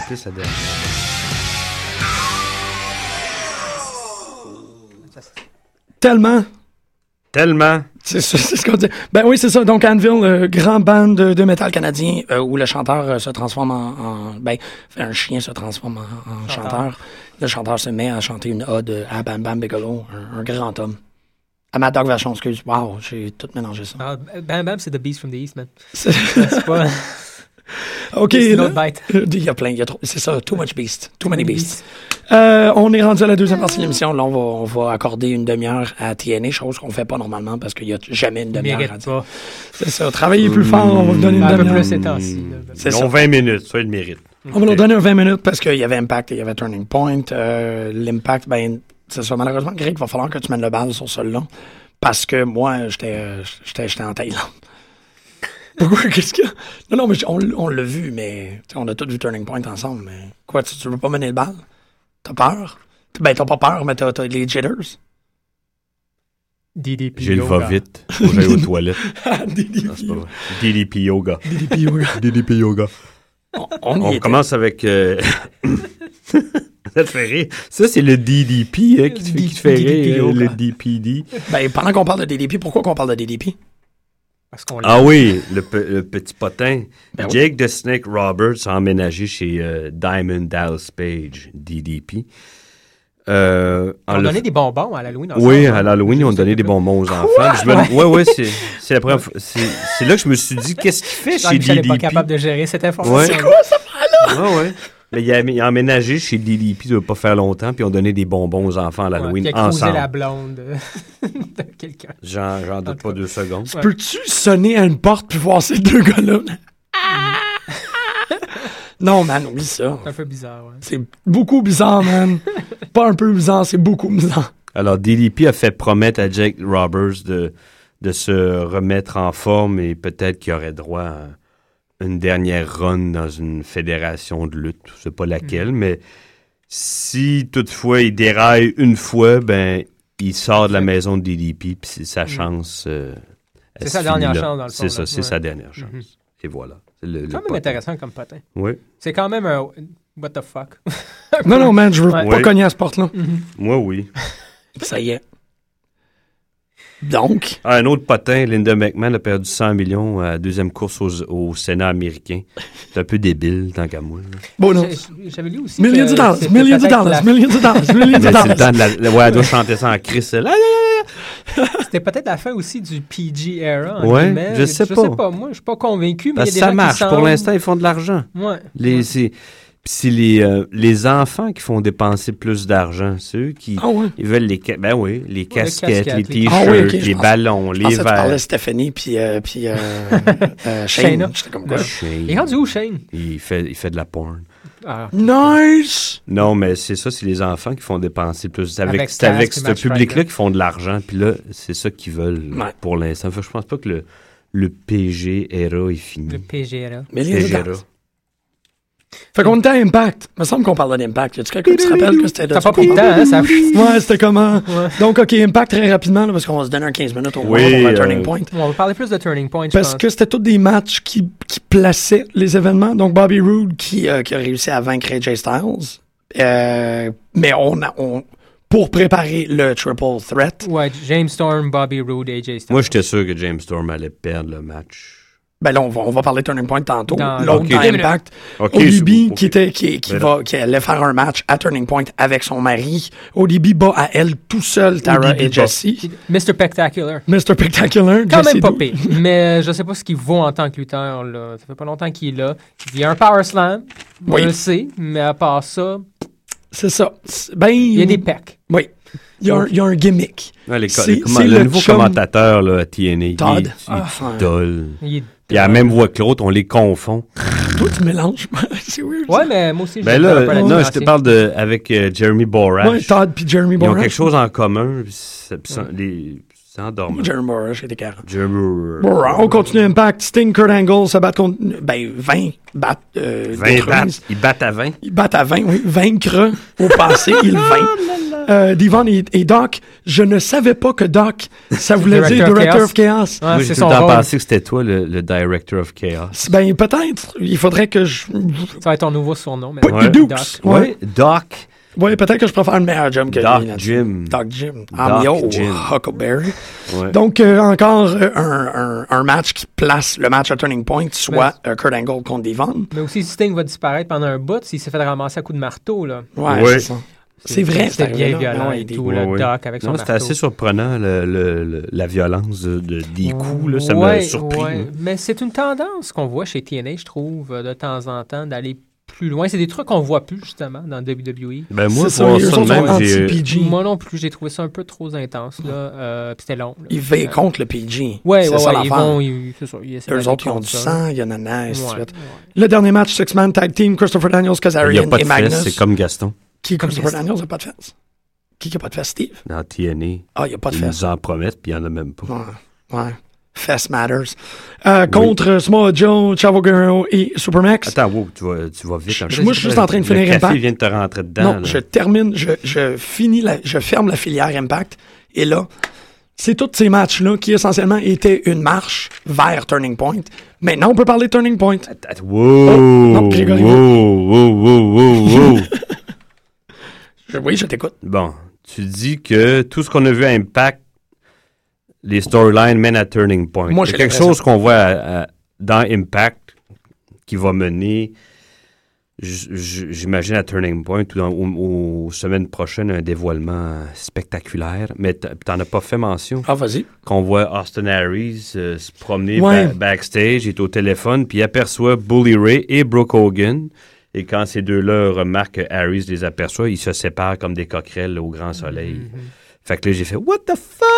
Speaker 8: C'était sa dernière.
Speaker 6: Tellement.
Speaker 8: Tellement.
Speaker 6: C'est ça, c'est ce qu'on dit. Ben oui, c'est ça. Donc, Anvil, euh, grand band de, de métal canadien euh, où le chanteur euh, se transforme en, en- Ben, un chien se transforme en, en chanteur.
Speaker 10: Chanteur.
Speaker 6: Le chanteur se met à chanter une ode à Bam Bam Bigelow, un, un grand homme. À Mad Dog Vachon, excuse. Wow, j'ai tout mélangé ça.
Speaker 7: Ah, bam Bam, c'est The Beast from the East, man. *laughs*
Speaker 6: C'est
Speaker 7: pas.
Speaker 6: *laughs* OK.
Speaker 7: C'est une
Speaker 6: là,
Speaker 7: autre bête.
Speaker 6: euh, Il y a plein. il y a trop- C'est ça, too much beast. Too many beasts. Euh, on est rendu à la deuxième partie de l'émission. Là, on va, on va accorder une demi-heure à TNA, chose qu'on fait pas normalement parce qu'il n'y a t- jamais une demi-heure à
Speaker 7: Mérite pas.
Speaker 6: C'est ça. Travaillez plus fort, on va vous donner une
Speaker 7: Un peu
Speaker 6: demi-heure.
Speaker 7: plus ces temps-ci. là.
Speaker 6: C'est
Speaker 8: Ils ont
Speaker 6: ça.
Speaker 8: 20 minutes, ça, ils le méritent.
Speaker 6: On va leur donner un 20 minutes parce qu'il y avait Impact et il y avait Turning Point. Euh, L'Impact, ben, c'est ça. Malheureusement, Greg, il va falloir que tu mènes le bal sur celui-là parce que moi, j'étais euh, j'étais j'étais en Thaïlande. *laughs* Pourquoi? Qu'est-ce qu'il y a? Non, non, mais j- on, l- on l'a vu, mais tu sais, on a tous vu Turning Point ensemble. Mais quoi, tu, tu veux pas mener le bal? T'as peur? Ben, t'as pas peur, mais t'as t'as les jitters.
Speaker 7: DDP.
Speaker 8: J'ai le
Speaker 7: yoga.
Speaker 8: va vite. Faut que j'aille aux toilettes.
Speaker 6: DDP.
Speaker 8: Non, c'est pas vrai. DDP Yoga.
Speaker 6: DDP
Speaker 8: *laughs*
Speaker 6: Yoga.
Speaker 8: DDP Yoga.
Speaker 6: on y
Speaker 8: On
Speaker 6: était.
Speaker 8: commence avec. euh, *laughs* Ça te fait rire. Ça, c'est le DDP hein, qui, te fait, qui te fait
Speaker 6: DDP
Speaker 8: rire. hein,
Speaker 6: Yoga.
Speaker 8: Le DPD.
Speaker 6: Ben, pendant qu'on parle de DDP, pourquoi qu'on parle de DDP?
Speaker 7: Parce qu'on
Speaker 8: Ah oui, le, pe- le petit potin.
Speaker 6: Ben oui.
Speaker 8: Jake the Snake Roberts a emménagé chez euh, Diamond Dallas Page, DDP. Euh,
Speaker 7: On
Speaker 8: en le-
Speaker 7: donnait des bonbons à l'Halloween.
Speaker 8: Oui,
Speaker 7: ensemble.
Speaker 8: à l'Halloween, ils ont donné des bonbons aux enfants. Puis je me-
Speaker 7: Ouais.
Speaker 8: ouais, ouais, c'est, c'est la première fois- C'est, c'est là que je me suis dit, qu'est-ce qu'il fait
Speaker 7: Jean-Michel
Speaker 8: chez
Speaker 7: Ah, est pas
Speaker 8: DDP?
Speaker 7: capable de gérer cette information.
Speaker 8: Ouais. C'est
Speaker 6: quoi, ça?
Speaker 7: Ah
Speaker 8: Ouais, ouais. *laughs* Mais il a, il a emménagé chez DDP il ne pas faire longtemps, puis ils ont donné des bonbons aux enfants à l'Halloween
Speaker 7: Qui a creusé
Speaker 8: ensemble.
Speaker 7: la blonde de *laughs* quelqu'un.
Speaker 8: J'en, j'en doute pas deux secondes.
Speaker 7: Ouais.
Speaker 6: Peux-tu sonner à une porte puis voir ces deux gars-là? *laughs* non, man, oublie ça.
Speaker 7: C'est un peu bizarre, ouais.
Speaker 6: C'est beaucoup bizarre, man. Pas un peu bizarre, c'est beaucoup bizarre.
Speaker 8: Alors, DDP a fait promettre à Jake Roberts de, de se remettre en forme et peut-être qu'il aurait droit à une dernière run dans une fédération de lutte. Je sais pas
Speaker 7: Hmm.
Speaker 8: laquelle, mais si toutefois il déraille une fois, ben il sort de la maison de DDP puis c'est sa chance. euh,
Speaker 7: Hmm. C'est
Speaker 8: elle
Speaker 7: sa
Speaker 8: se
Speaker 7: dernière
Speaker 8: finit là.
Speaker 7: chance, dans le fond,
Speaker 8: C'est ça,
Speaker 7: là.
Speaker 8: c'est
Speaker 7: Ouais.
Speaker 8: sa dernière chance.
Speaker 7: Mhm.
Speaker 8: Et voilà. C'est le- le
Speaker 7: quand même
Speaker 8: potin.
Speaker 7: intéressant comme potin.
Speaker 8: Oui.
Speaker 7: C'est quand même un. What the fuck? *laughs*
Speaker 6: Non, non, man, je veux
Speaker 7: Ouais.
Speaker 6: pas
Speaker 8: Oui.
Speaker 6: cogner à ce porte-là.
Speaker 8: Moi, oui.
Speaker 6: Ça y est. Donc,
Speaker 8: Ah, un autre potin, Linda McMahon a perdu 100 millions à la deuxième course aux- au Sénat américain. C'est un peu débile, tant qu'à *laughs* moi. là.
Speaker 6: *laughs* bonus.
Speaker 7: J'ai- J'avais lu aussi.
Speaker 6: Millions
Speaker 7: que
Speaker 6: de dollars,
Speaker 7: c'était
Speaker 6: millions de
Speaker 7: peut-être
Speaker 6: dollars,
Speaker 7: la-
Speaker 6: millions de *laughs* dollars, millions
Speaker 8: Mais
Speaker 6: de
Speaker 8: c'est le
Speaker 6: dollars.
Speaker 8: temps de la... la- Ouais, elle doit chanter ça en crise. elle. Aïe, aïe, aïe.
Speaker 7: C'était peut-être la fin aussi du PG era. en
Speaker 8: Ouais,
Speaker 7: guillemets.
Speaker 8: je sais
Speaker 7: je
Speaker 8: pas.
Speaker 7: sais pas. Moi, je suis pas convaincu, mais il
Speaker 8: Parce
Speaker 7: y a
Speaker 8: que
Speaker 7: des
Speaker 8: ça
Speaker 7: gens
Speaker 8: marche.
Speaker 7: qui
Speaker 8: Pour
Speaker 7: semblent-
Speaker 8: l'instant, ils font de l'argent.
Speaker 7: Ouais.
Speaker 8: Les, c'est... puis c'est les, euh, les enfants qui font dépenser plus d'argent. Ceux qui
Speaker 6: Ah ouais.
Speaker 8: ils veulent les, ca- ben oui, les casquettes,
Speaker 7: casquettes,
Speaker 8: les
Speaker 7: les-
Speaker 8: t-shirts,
Speaker 6: Ah oui, ok, je
Speaker 8: les
Speaker 6: pense-
Speaker 8: ballons,
Speaker 6: Je
Speaker 8: les
Speaker 6: pensais que Ah, tu parlais de
Speaker 8: verres.
Speaker 6: Stéphanie puis, euh, puis *laughs* euh, euh,
Speaker 7: Shayna.
Speaker 6: Shane. J'étais comme quoi?
Speaker 8: Shane.
Speaker 7: Il est rendu où, Shane?
Speaker 8: Il fait, il fait de la porn.
Speaker 7: Ah,
Speaker 6: Nice!
Speaker 8: Non, mais c'est ça, c'est les enfants qui font dépenser plus. C'est avec,
Speaker 7: Avec
Speaker 8: c'est avec
Speaker 7: casque et
Speaker 8: ce
Speaker 7: match
Speaker 8: public-là
Speaker 7: Friday.
Speaker 8: qui font de l'argent. Puis là, c'est ça qu'ils veulent
Speaker 6: Ouais.
Speaker 8: pour l'instant. Fait que je pense pas que le, le PG era est fini.
Speaker 7: le PG era.
Speaker 6: Millions de
Speaker 8: PG
Speaker 6: dollars.
Speaker 8: era.
Speaker 6: Fait qu'on était à Impact. Il me semble qu'on parlait d'Impact. Y'a-tu quelqu'un qui se rappelle que c'était de
Speaker 7: T'as
Speaker 6: ça
Speaker 7: pas
Speaker 6: qu'on
Speaker 7: pris le temps,
Speaker 6: parlait?
Speaker 7: hein? Ça...
Speaker 6: Ouais, c'était comment? Donc, OK, Impact très rapidement, là, parce qu'on va se donner un 15 minutes au moins
Speaker 8: Oui,
Speaker 6: pour un
Speaker 8: euh,
Speaker 6: Turning Point.
Speaker 7: On va parler plus de Turning Point, je
Speaker 6: Parce
Speaker 7: pense.
Speaker 6: que c'était tous des matchs qui, qui plaçaient les événements. Donc, Bobby Roode qui, euh, qui a réussi à vaincre AJ Styles. Euh, mais on a, on, pour préparer le Triple Threat,
Speaker 7: Ouais, James Storm, Bobby Roode, AJ Styles.
Speaker 8: Moi, j'étais sûr que James Storm allait perdre le match.
Speaker 6: ben là, on va, on va parler de Turning Point tantôt.
Speaker 7: Dans-
Speaker 6: L'autre
Speaker 8: Ok.
Speaker 6: dans
Speaker 8: Deux
Speaker 6: Impact.
Speaker 8: Ok,
Speaker 6: Olibi
Speaker 8: c'est bon,
Speaker 6: qui,
Speaker 8: ok. Ben
Speaker 6: était, qui, qui,
Speaker 8: Mais
Speaker 6: va, qui allait faire un match à Turning Point avec son mari. Olibi bat à elle tout seul, Tara
Speaker 8: Olibi
Speaker 6: et
Speaker 8: bat.
Speaker 6: Jesse.
Speaker 7: Mr. Spectacular.
Speaker 6: Mr. Spectacular.
Speaker 7: Quand
Speaker 6: Jesse
Speaker 7: même pas
Speaker 6: Doux.
Speaker 8: *laughs*
Speaker 7: pire. Mais je sais pas ce qu'il vaut en tant que lutteur. Là. Ça fait pas longtemps qu'il est là. Il y a un power slam, on
Speaker 6: Oui.
Speaker 7: le sait, mais à part ça,
Speaker 6: C'est ça. C'est- Ben,
Speaker 7: il y a des pecs.
Speaker 6: Oui. Il y a, un, il y a un gimmick.
Speaker 8: Ouais, les co-
Speaker 6: C'est-
Speaker 8: les comment-
Speaker 6: c'est
Speaker 8: le,
Speaker 6: le
Speaker 8: nouveau
Speaker 6: chum-
Speaker 8: commentateur là, à TNA, il est- il
Speaker 6: Todd.
Speaker 8: est
Speaker 6: Ah.
Speaker 8: dole.
Speaker 7: Il est-
Speaker 8: Il a la même voix que l'autre, on les confond.
Speaker 6: Toi, tu mélanges. *laughs* c'est weird. ça.
Speaker 7: Ouais, mais moi aussi,
Speaker 8: Ben
Speaker 7: je
Speaker 8: là,
Speaker 7: connais pas la
Speaker 8: non, je te
Speaker 7: différence.
Speaker 8: parle de, avec euh, Jeremy Borash.
Speaker 6: Ouais, Todd puis Jeremy
Speaker 8: Ils ont
Speaker 6: Borash.
Speaker 8: quelque chose en commun. puis C'est puis c'est- les- c'est endormant.
Speaker 6: Jeremy Borash était carré.
Speaker 8: Jeremy
Speaker 6: Borash. On continue Impact. Sting, Kurt Angle se battent contre. Ben, 20 battent. Euh,
Speaker 8: 20
Speaker 6: d'autres
Speaker 8: battent.
Speaker 6: mises.
Speaker 8: Ils battent à 20.
Speaker 7: *laughs*
Speaker 6: Ils battent à 20, oui. Vaincre au passé, ils vainquent. euh, Devon et, et Doc, je ne savais pas que Doc, ça voulait dire Director of Chaos.
Speaker 8: Moi, j'ai tout le temps pensé que c'était toi le, le Director of Chaos.
Speaker 6: Ben, peut-être. Il faudrait que je.
Speaker 7: Ça va être ton nouveau surnom. Mais
Speaker 6: Put the Dukes.
Speaker 8: Oui,
Speaker 6: Ouais.
Speaker 8: Doc.
Speaker 6: Oui, peut-être que je préfère le meilleur Jim que
Speaker 8: Doc
Speaker 6: lui, là.
Speaker 8: Jim.
Speaker 6: Doc Jim.
Speaker 8: Doc
Speaker 6: I'm yo,
Speaker 8: Jim.
Speaker 6: Huckleberry.
Speaker 8: Ouais.
Speaker 6: Donc, euh, encore euh, un, un- un match qui place le match à Turning Point, soit euh, Kurt Angle contre Devon.
Speaker 7: Mais aussi, Sting va disparaître pendant un bout s'il s'est fait ramasser à coups de marteau. Là.
Speaker 6: Ouais,
Speaker 8: Ouais.
Speaker 6: c'est ça. C'est vrai,
Speaker 7: C'était
Speaker 6: c'est
Speaker 7: bien
Speaker 6: arrivé là.
Speaker 7: violent
Speaker 6: Ouais,
Speaker 7: et
Speaker 6: des-
Speaker 7: tout,
Speaker 8: Ouais,
Speaker 7: le
Speaker 8: ouais.
Speaker 7: doc avec son
Speaker 8: Non,
Speaker 7: marteau.
Speaker 8: c'était assez surprenant, le- le- le- la violence de, de- des coups. Là, ça m'a
Speaker 7: Ouais,
Speaker 8: surpris. hein.
Speaker 7: ouais.
Speaker 8: là.
Speaker 6: hein.
Speaker 7: Mais c'est une tendance qu'on voit chez TNA, je trouve, euh, de temps en temps, d'aller plus loin. C'est des trucs qu'on voit plus, justement, dans WWE.
Speaker 8: Ben, moi,
Speaker 6: C'est ça,
Speaker 8: voir
Speaker 6: les
Speaker 8: ça de
Speaker 6: autres sont
Speaker 8: même, j'ai-
Speaker 6: anti-PG.
Speaker 7: Moi non plus, j'ai trouvé ça un peu trop intense, là. euh, puis c'était long. là.
Speaker 6: Ils veillent contre le PG.
Speaker 7: Ouais,
Speaker 6: c'est
Speaker 7: ouais,
Speaker 6: ça
Speaker 7: ouais, ils
Speaker 6: l'affaire.
Speaker 7: vont, ils, c'est ça, ils essaient
Speaker 6: Eux
Speaker 7: d'aller
Speaker 6: autres, ils ont
Speaker 7: contre
Speaker 6: du
Speaker 7: ça.
Speaker 6: sang, il y en a nice, tout de
Speaker 7: Ouais,
Speaker 6: suite. Le dernier match, Six-Man Tag Team, Christopher Daniels,
Speaker 8: Il n'y a
Speaker 6: Kazarian
Speaker 8: pas de
Speaker 6: et Magnus.
Speaker 8: fesses, c'est comme Gaston
Speaker 6: Qui, Christopher Daniels, n'a pas de fesses? Qui n'a pas de fesses, Steve?
Speaker 8: dans TNA.
Speaker 6: Ah, il n'y a pas de
Speaker 8: Ils
Speaker 6: fesses.
Speaker 8: nous en promettent, puis il n'y en a même pas.
Speaker 6: Ouais, ouais. Fess matters. Euh, Contre Samoa Joe, Chavo Guerrero et Supermax.
Speaker 8: Attends, wow, tu vas, tu vas vite. hein.
Speaker 6: Je- moi, je suis juste en train de finir
Speaker 8: Le café
Speaker 6: Impact.
Speaker 8: vient de te rentrer dedans.
Speaker 6: non,
Speaker 8: là.
Speaker 6: je termine, je, je finis, la- je ferme la filière Impact. Et là, c'est tous ces matchs-là qui essentiellement étaient une marche vers Turning Point. Maintenant, on peut parler de Turning Point.
Speaker 8: Attends, wow,
Speaker 6: Oh, non, Grégory,
Speaker 8: wow, wow, wow, wow, wow.
Speaker 6: Je- oui, je t'écoute.
Speaker 8: Bon, tu dis que tout ce qu'on a vu à Impact, les storylines mènent à Turning Point.
Speaker 6: Moi,
Speaker 8: Il y a
Speaker 6: j'ai
Speaker 8: quelque
Speaker 6: l'impression.
Speaker 8: chose qu'on voit à- à- dans Impact qui va mener, j- j- j'imagine, à Turning Point ou dans- aux, aux semaines prochaines, un dévoilement spectaculaire. Mais t- t'en as pas fait mention.
Speaker 6: Ah, vas-y.
Speaker 8: Qu'on voit Austin Harris euh, se promener
Speaker 6: Ouais.
Speaker 8: ba- backstage, il est au téléphone, puis il aperçoit Bully Ray et Brooke Hogan. Et quand ces deux-là remarquent que Harris les aperçoit, ils se séparent comme des coquerelles au grand soleil. Fait que là, j'ai fait What the fuck?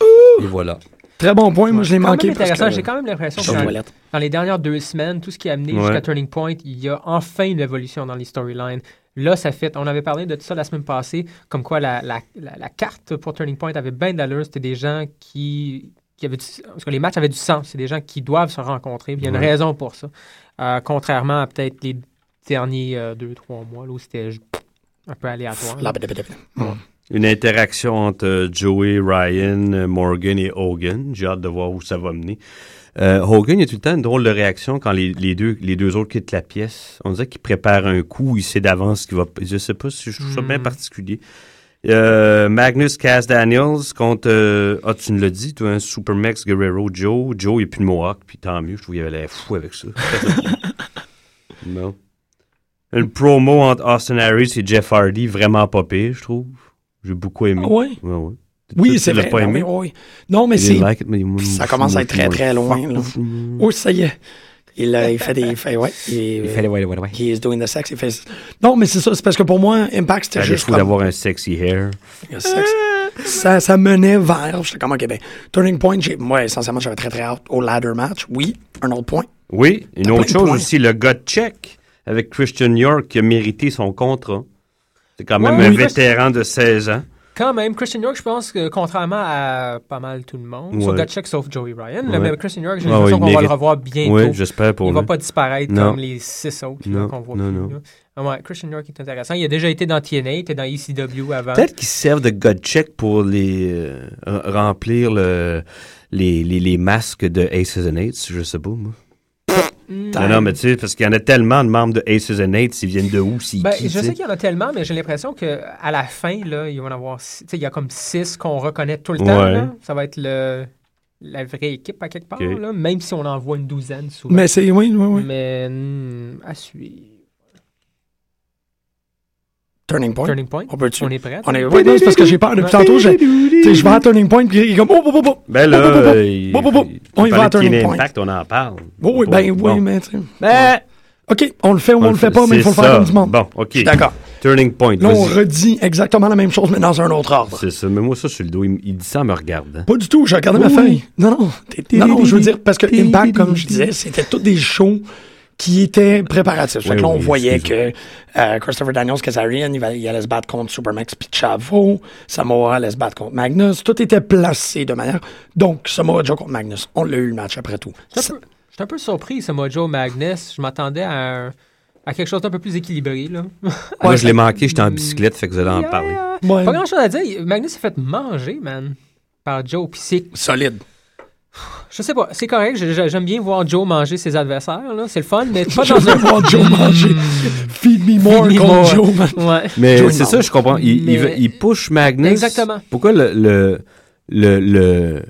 Speaker 8: Ouh! Mm-hmm. Et voilà.
Speaker 6: Très bon point. Moi, je l'ai
Speaker 7: Quand
Speaker 6: manqué.
Speaker 7: même
Speaker 6: parce
Speaker 7: intéressant,
Speaker 6: que-
Speaker 7: j'ai quand même l'impression
Speaker 6: Sur
Speaker 7: que dans,
Speaker 6: toilette.
Speaker 7: dans les dernières deux semaines, tout ce qui a amené
Speaker 8: Ouais.
Speaker 7: jusqu'à Turning Point, il y a enfin une évolution dans les storylines. Là, ça fait. On avait parlé de ça la semaine passée, comme quoi la, la- la- la carte pour Turning Point avait bien de l'allure. C'était des gens qui, qui avaient du, parce que les matchs avaient du sens. C'est des gens qui doivent se rencontrer. puis Il y a une
Speaker 8: Ouais.
Speaker 7: raison pour ça. Euh, contrairement à peut-être les derniers euh, deux, trois mois, là, où c'était ju- un peu aléatoire.
Speaker 6: Là, blablabla.
Speaker 8: Une interaction entre euh, Joey, Ryan, euh, Morgan et Hogan. J'ai hâte de voir où ça va mener. Euh, Hogan, il y a tout le temps une drôle de réaction quand les, les deux, les deux autres quittent la pièce. On dirait qu'il prépare un coup, il sait d'avance qu'il va. Je sais pas si je trouve ça bien particulier. Euh, Magnus Cass Daniels contre. euh, ah, tu nous l'as dit, toi, hein, Supermax Guerrero Joe. Joe, il n'y a plus de Mohawk, puis tant mieux, je trouve qu'il avait l'air fou avec ça. non. Une promo entre Austin Harris et Jeff Hardy, vraiment pas pire, je trouve. J'ai beaucoup aimé.
Speaker 6: Ah ouais?
Speaker 8: Ouais, ouais.
Speaker 6: Oui,
Speaker 8: Tu
Speaker 6: c'est
Speaker 8: l'as
Speaker 6: vrai.
Speaker 8: pas
Speaker 6: non,
Speaker 8: aimé?
Speaker 6: mais oui. Non, mais
Speaker 8: I
Speaker 6: c'est.
Speaker 8: didn't like it, mais moi,
Speaker 6: Ça
Speaker 8: moi,
Speaker 6: commence à être
Speaker 8: moi,
Speaker 6: très, très
Speaker 8: moi,
Speaker 6: loin, là.
Speaker 8: moi.
Speaker 6: Oh, ça y est. Il, euh, il fait des. Il fait, ouais, il, euh,
Speaker 7: les- ouais, ouais, ouais.
Speaker 6: He is doing the sex. Il fait... Non, mais c'est ça. C'est parce que pour moi, Impact, c'était
Speaker 8: T'as le
Speaker 6: juste.
Speaker 8: fou
Speaker 6: comme-
Speaker 8: d'avoir un sexy hair.
Speaker 6: Le sexe. Ça, ça menait vers. J'étais comme, OK, ben, Turning Point, j'ai- moi, essentiellement, j'avais très, très hâte au ladder match. Oui, un autre point.
Speaker 8: Oui, une
Speaker 6: T'as
Speaker 8: autre
Speaker 6: plein de
Speaker 8: chose
Speaker 6: points.
Speaker 8: aussi, le gut check avec Christian York qui a mérité son contrat. C'est quand même
Speaker 7: Ouais,
Speaker 8: un
Speaker 7: oui.
Speaker 8: vétéran de 16 ans.
Speaker 7: Quand même, Christian York, je pense que contrairement à pas mal tout le monde,
Speaker 8: Ouais.
Speaker 7: sur Gotchek sauf Joey Ryan, là,
Speaker 8: Ouais.
Speaker 7: mais Christian York, j'ai
Speaker 8: Ah,
Speaker 7: l'impression
Speaker 8: il
Speaker 7: qu'on va le
Speaker 8: mérite.
Speaker 7: revoir bientôt.
Speaker 8: Oui, j'espère pour
Speaker 7: il
Speaker 8: lui.
Speaker 7: va pas disparaître
Speaker 8: Non.
Speaker 7: comme les six autres là,
Speaker 8: Non,
Speaker 7: qu'on voit
Speaker 8: non,
Speaker 7: plus.
Speaker 8: non.
Speaker 7: là. Ah ouais, Christian York est intéressant. Il a déjà été dans TNA, il était dans ECW avant.
Speaker 8: Peut-être qu'ils servent de gut check pour les euh, re- remplir le, les, les, les masques de Aces and Eights, je sais pas, moi.
Speaker 6: Hmm.
Speaker 8: Non, non, mais tu sais, parce qu'il y en a tellement de membres de Aces and Eights, ils viennent de où, c'est
Speaker 7: Ben,
Speaker 8: qui, tu
Speaker 7: je
Speaker 8: sais.
Speaker 7: sais qu'il y en a tellement, mais j'ai l'impression qu'à la fin, là, il va en avoir six- tu sais, il y a comme six qu'on reconnaît tout le temps.
Speaker 8: Ouais.
Speaker 7: là. Ça va être le, la vraie équipe à quelque part,
Speaker 8: Ok.
Speaker 7: là, même si on en voit une douzaine souvent.
Speaker 6: Mais c'est. Oui, oui, oui.
Speaker 7: Mais, hmm, à suivre.
Speaker 6: Turning Point.
Speaker 7: Turning Point.
Speaker 6: On peut-tu.
Speaker 7: On est prêt?
Speaker 6: On est. Oui, non, c'est parce que j'ai peur depuis tantôt. Je... tu sais, je vais à Turning Point, puis il est comme. Oh, oh, oh, oh.
Speaker 8: Ben là,
Speaker 6: Bon, bon, bon, bon.
Speaker 8: euh, il-
Speaker 6: Bon, bon, bon.
Speaker 8: il-
Speaker 6: On y
Speaker 8: tu
Speaker 6: va à
Speaker 8: parlais de
Speaker 6: Turning
Speaker 8: Keenan
Speaker 6: Point.
Speaker 8: Impact, on en parle.
Speaker 6: Oh, oui, ben,
Speaker 8: Bon.
Speaker 6: oui, mais. tu sais.
Speaker 8: Ben,
Speaker 6: OK, on le fait ou on, le fait pas, mais il faut le
Speaker 8: c'est
Speaker 6: faire
Speaker 8: ça.
Speaker 6: comme du monde.
Speaker 8: Bon, OK.
Speaker 6: D'accord.
Speaker 8: Turning Point,
Speaker 6: Là, on
Speaker 8: vas-y.
Speaker 6: redit exactement la même chose, mais dans un autre ordre.
Speaker 8: C'est ça, mais moi, ça, sur le dos, il, il dit ça en me regardant.
Speaker 6: Pas du tout, j'ai regardé ma
Speaker 8: Oui.
Speaker 6: feuille. Non, non. Non, non, je veux dire, parce que Impact, comme je disais, c'était tous des shows qui étaient préparatifs. Fait que
Speaker 8: Oui,
Speaker 6: là, on
Speaker 8: oui,
Speaker 6: voyait que
Speaker 8: excuse-moi.
Speaker 6: euh, Christopher Daniels, Kazarian, il, va- il allait se battre contre Supermax puis Chavo. Samoa allait se battre contre Magnus. Tout était placé de manière... Donc, Samoa Joe contre Magnus. On l'a eu, le match, après tout.
Speaker 7: Je suis un peu surpris, ce Mojo Magnus. Je m'attendais à un, à quelque chose d'un peu plus équilibré. Là. *laughs*
Speaker 8: Moi, je l'ai manqué, j'étais en bicyclette, fait que vous allez en parler.
Speaker 6: Ouais.
Speaker 7: Pas grand-chose à dire. Magnus s'est fait manger, man, par Joe. Puis c'est
Speaker 8: Solide.
Speaker 7: Je sais pas, c'est correct. je- je- J'aime bien voir Joe manger ses adversaires. là, C'est le fun, mais pas dans un.
Speaker 6: *laughs* voir Joe manger. Feed me more,
Speaker 7: Feed me
Speaker 6: contre
Speaker 7: more.
Speaker 6: Joe, man.
Speaker 7: Ouais.
Speaker 8: Mais
Speaker 6: Joe
Speaker 8: c'est
Speaker 6: Nord.
Speaker 8: ça, je comprends. Il, il
Speaker 7: Mais-
Speaker 8: veut- il push Magnus.
Speaker 7: Exactement.
Speaker 8: Pourquoi le, le, le, le,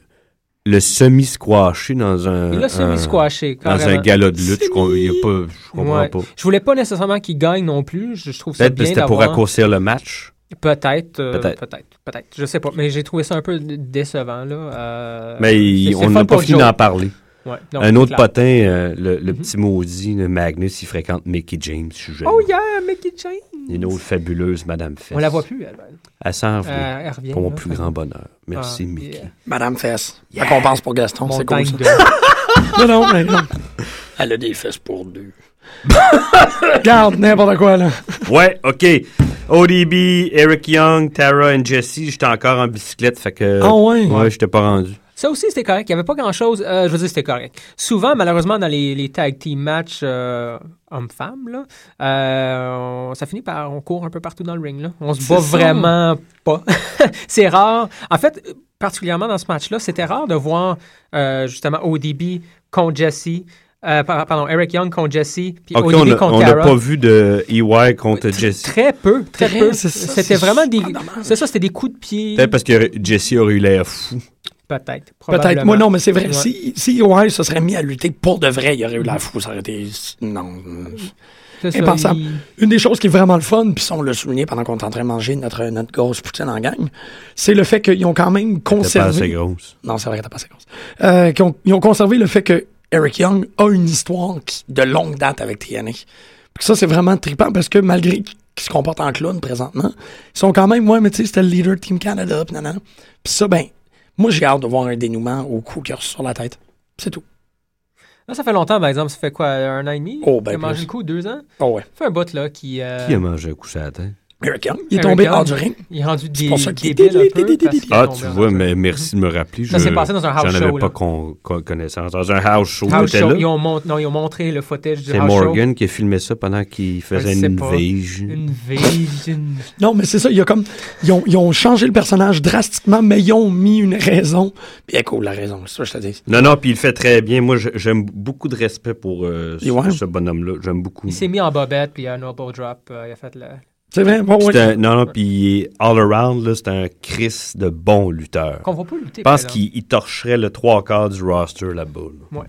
Speaker 8: le semi-squashé dans un.
Speaker 7: Il l'a semi-squashé,
Speaker 8: un- Euh, Dans un
Speaker 7: carrément.
Speaker 8: galop de lutte, je, com- il y a pas, je comprends
Speaker 7: Ouais.
Speaker 8: pas.
Speaker 7: Je voulais pas nécessairement qu'il gagne non plus. Je, je trouve ça
Speaker 8: Peut-être que
Speaker 7: bien
Speaker 8: c'était pour
Speaker 7: d'avoir-
Speaker 8: raccourcir le match.
Speaker 7: Peut-être, euh,
Speaker 8: Peut-être.
Speaker 7: peut-être, peut-être, Je sais pas, mais j'ai trouvé ça un peu d- décevant là. Euh,
Speaker 8: Mais il-
Speaker 7: c'est- c'est
Speaker 8: on
Speaker 7: le
Speaker 8: n'a
Speaker 7: fun
Speaker 8: pas
Speaker 7: pour
Speaker 8: fini
Speaker 7: Joe.
Speaker 8: d'en parler.
Speaker 7: Ouais, non,
Speaker 8: un autre
Speaker 7: clair.
Speaker 8: potin, euh, le, le petit maudit, le Magnus, il fréquente Mickey James. Je suis jeune.
Speaker 7: Oh yeah, Mickey Jane.
Speaker 8: Une autre fabuleuse, Madame Fest.
Speaker 7: On la voit plus. Elle,
Speaker 8: Elle s'en
Speaker 7: Euh,
Speaker 8: revient.
Speaker 7: elle revient,
Speaker 8: Pour mon
Speaker 7: là.
Speaker 8: plus grand bonheur. Merci,
Speaker 7: Ah,
Speaker 8: Mickey.
Speaker 6: Madame Fess. Récompense pour Gaston, c'est cool.
Speaker 7: Montagne
Speaker 6: ça.
Speaker 7: de.
Speaker 6: Non, non, mais non.
Speaker 8: Elle a des fesses pour deux.
Speaker 6: *laughs* Garde n'importe quoi, là.
Speaker 8: Ouais, OK. ODB, Eric Young, Tara et Jesse, j'étais encore en bicyclette, fait que...
Speaker 6: Ah ouais?
Speaker 8: Ouais, j'étais pas rendu.
Speaker 7: Ça aussi, c'était correct. Il n'y avait pas grand-chose. Euh, je veux dire, c'était correct. Souvent, malheureusement, dans les, les tag team matchs euh, hommes-femmes, là, euh, on- ça finit par. On court un peu partout dans le ring. Là. On se bat vraiment pas. *laughs* c'est rare. En fait, euh, particulièrement dans ce match-là, c'était rare de voir euh, justement ODB contre Jesse. euh, par- pardon, Eric Young contre Jesse. Puis
Speaker 8: OK,
Speaker 7: ODB
Speaker 8: on a-
Speaker 7: contre
Speaker 8: on n'a
Speaker 7: Tara.
Speaker 8: pas vu de EY contre Jesse.
Speaker 7: Très peu, très,
Speaker 6: Très,
Speaker 7: peu.
Speaker 6: c'est ça,
Speaker 7: C'était
Speaker 6: c'est
Speaker 7: vraiment des.
Speaker 6: super dommage.
Speaker 7: C'est ça, c'était des coups de pied.
Speaker 8: Peut-être parce que aurait- Jesse aurait eu l'air fou.
Speaker 7: Peut-être.
Speaker 6: Peut-être.
Speaker 7: probablement.
Speaker 6: Moi, non, mais c'est vrai.
Speaker 7: Ouais.
Speaker 6: Si, si ouais, se serait mis à lutter pour de vrai, il aurait eu la fou. Ça aurait été. Non.
Speaker 7: C'est ça,
Speaker 6: Impensable.
Speaker 7: il-
Speaker 6: Une des choses qui est vraiment le fun, puis ça, on l'a souligné pendant qu'on est en train de manger notre, notre grosse poutine en gang, c'est le fait qu'ils ont quand même
Speaker 8: C'est pas assez
Speaker 6: conservé.
Speaker 8: grosse.
Speaker 6: Non, c'est vrai qu'elle était pas assez grosse. Euh, qu'ils ont- ils ont conservé le fait que Eric Young a une histoire qui- de longue date avec TNA. Puis que ça, c'est vraiment trippant parce que malgré qu'ils se comportent en clown présentement, ils sont quand même, ouais, mais tu sais, c'était le leader de Team Canada, puis nanana. Puis ça, ben, moi, j'ai hâte de voir un dénouement au coup qu'il a reçu sur la tête. C'est tout.
Speaker 7: Là, ça fait longtemps, par exemple. Ça fait quoi, un an et demi?
Speaker 6: Oh, ben
Speaker 7: Il a mangé
Speaker 6: plus.
Speaker 7: le coup, deux ans?
Speaker 6: Oh ouais.
Speaker 7: Ça fait un bout, là, qui... euh,
Speaker 8: Qui a mangé un coup sur la tête?
Speaker 6: Eric Young, il est
Speaker 7: Eric
Speaker 6: tombé
Speaker 7: Young,
Speaker 6: hors du ring.
Speaker 7: Il est rendu des,
Speaker 6: pour ça qu'il est
Speaker 7: débile un peu.
Speaker 6: débile,
Speaker 7: parce
Speaker 6: débile,
Speaker 7: qu'il est
Speaker 8: Ah,
Speaker 7: tombé
Speaker 8: tu
Speaker 7: en-
Speaker 8: vois, mais merci de me rappeler.
Speaker 7: Ça
Speaker 8: je-
Speaker 7: s'est passé dans un house
Speaker 8: J'en avais
Speaker 7: show,
Speaker 8: pas
Speaker 7: là.
Speaker 8: con- con- connaissance. Dans un house show,
Speaker 7: House
Speaker 8: t'étais
Speaker 7: show,
Speaker 8: là.
Speaker 7: ils, ont mont- non, ils ont montré le footage du
Speaker 8: C'est
Speaker 7: house
Speaker 8: Morgan qui a filmé ça pendant qu'il
Speaker 7: show.
Speaker 8: faisait
Speaker 7: Je sais
Speaker 8: une
Speaker 7: pas.
Speaker 8: vige.
Speaker 7: Une vige.
Speaker 8: *laughs*
Speaker 7: une-
Speaker 6: Non, mais c'est ça, il y a comme. Ils ont, ils ont changé le personnage drastiquement, mais ils ont mis une raison. Puis cool, la raison, c'est ça, que je te dis.
Speaker 8: Non, non, puis il le fait très bien. Moi, je- j'aime beaucoup de respect pour euh,
Speaker 6: Et ouais.
Speaker 8: ce, ce bonhomme-là. J'aime beaucoup.
Speaker 7: Il s'est mis en bobette, puis il a un elbow drop. euh, il a fait le...
Speaker 6: C'est vrai, bon,
Speaker 8: C'est
Speaker 6: ouais.
Speaker 8: un- non, non, puis il est all around, là, c'est un Chris de bon lutteur.
Speaker 7: Qu'on va pas
Speaker 8: Je
Speaker 7: lutter,
Speaker 8: pense
Speaker 7: par
Speaker 8: qu'il il torcherait le trois quarts du roster là-bas. là.
Speaker 7: Ouais.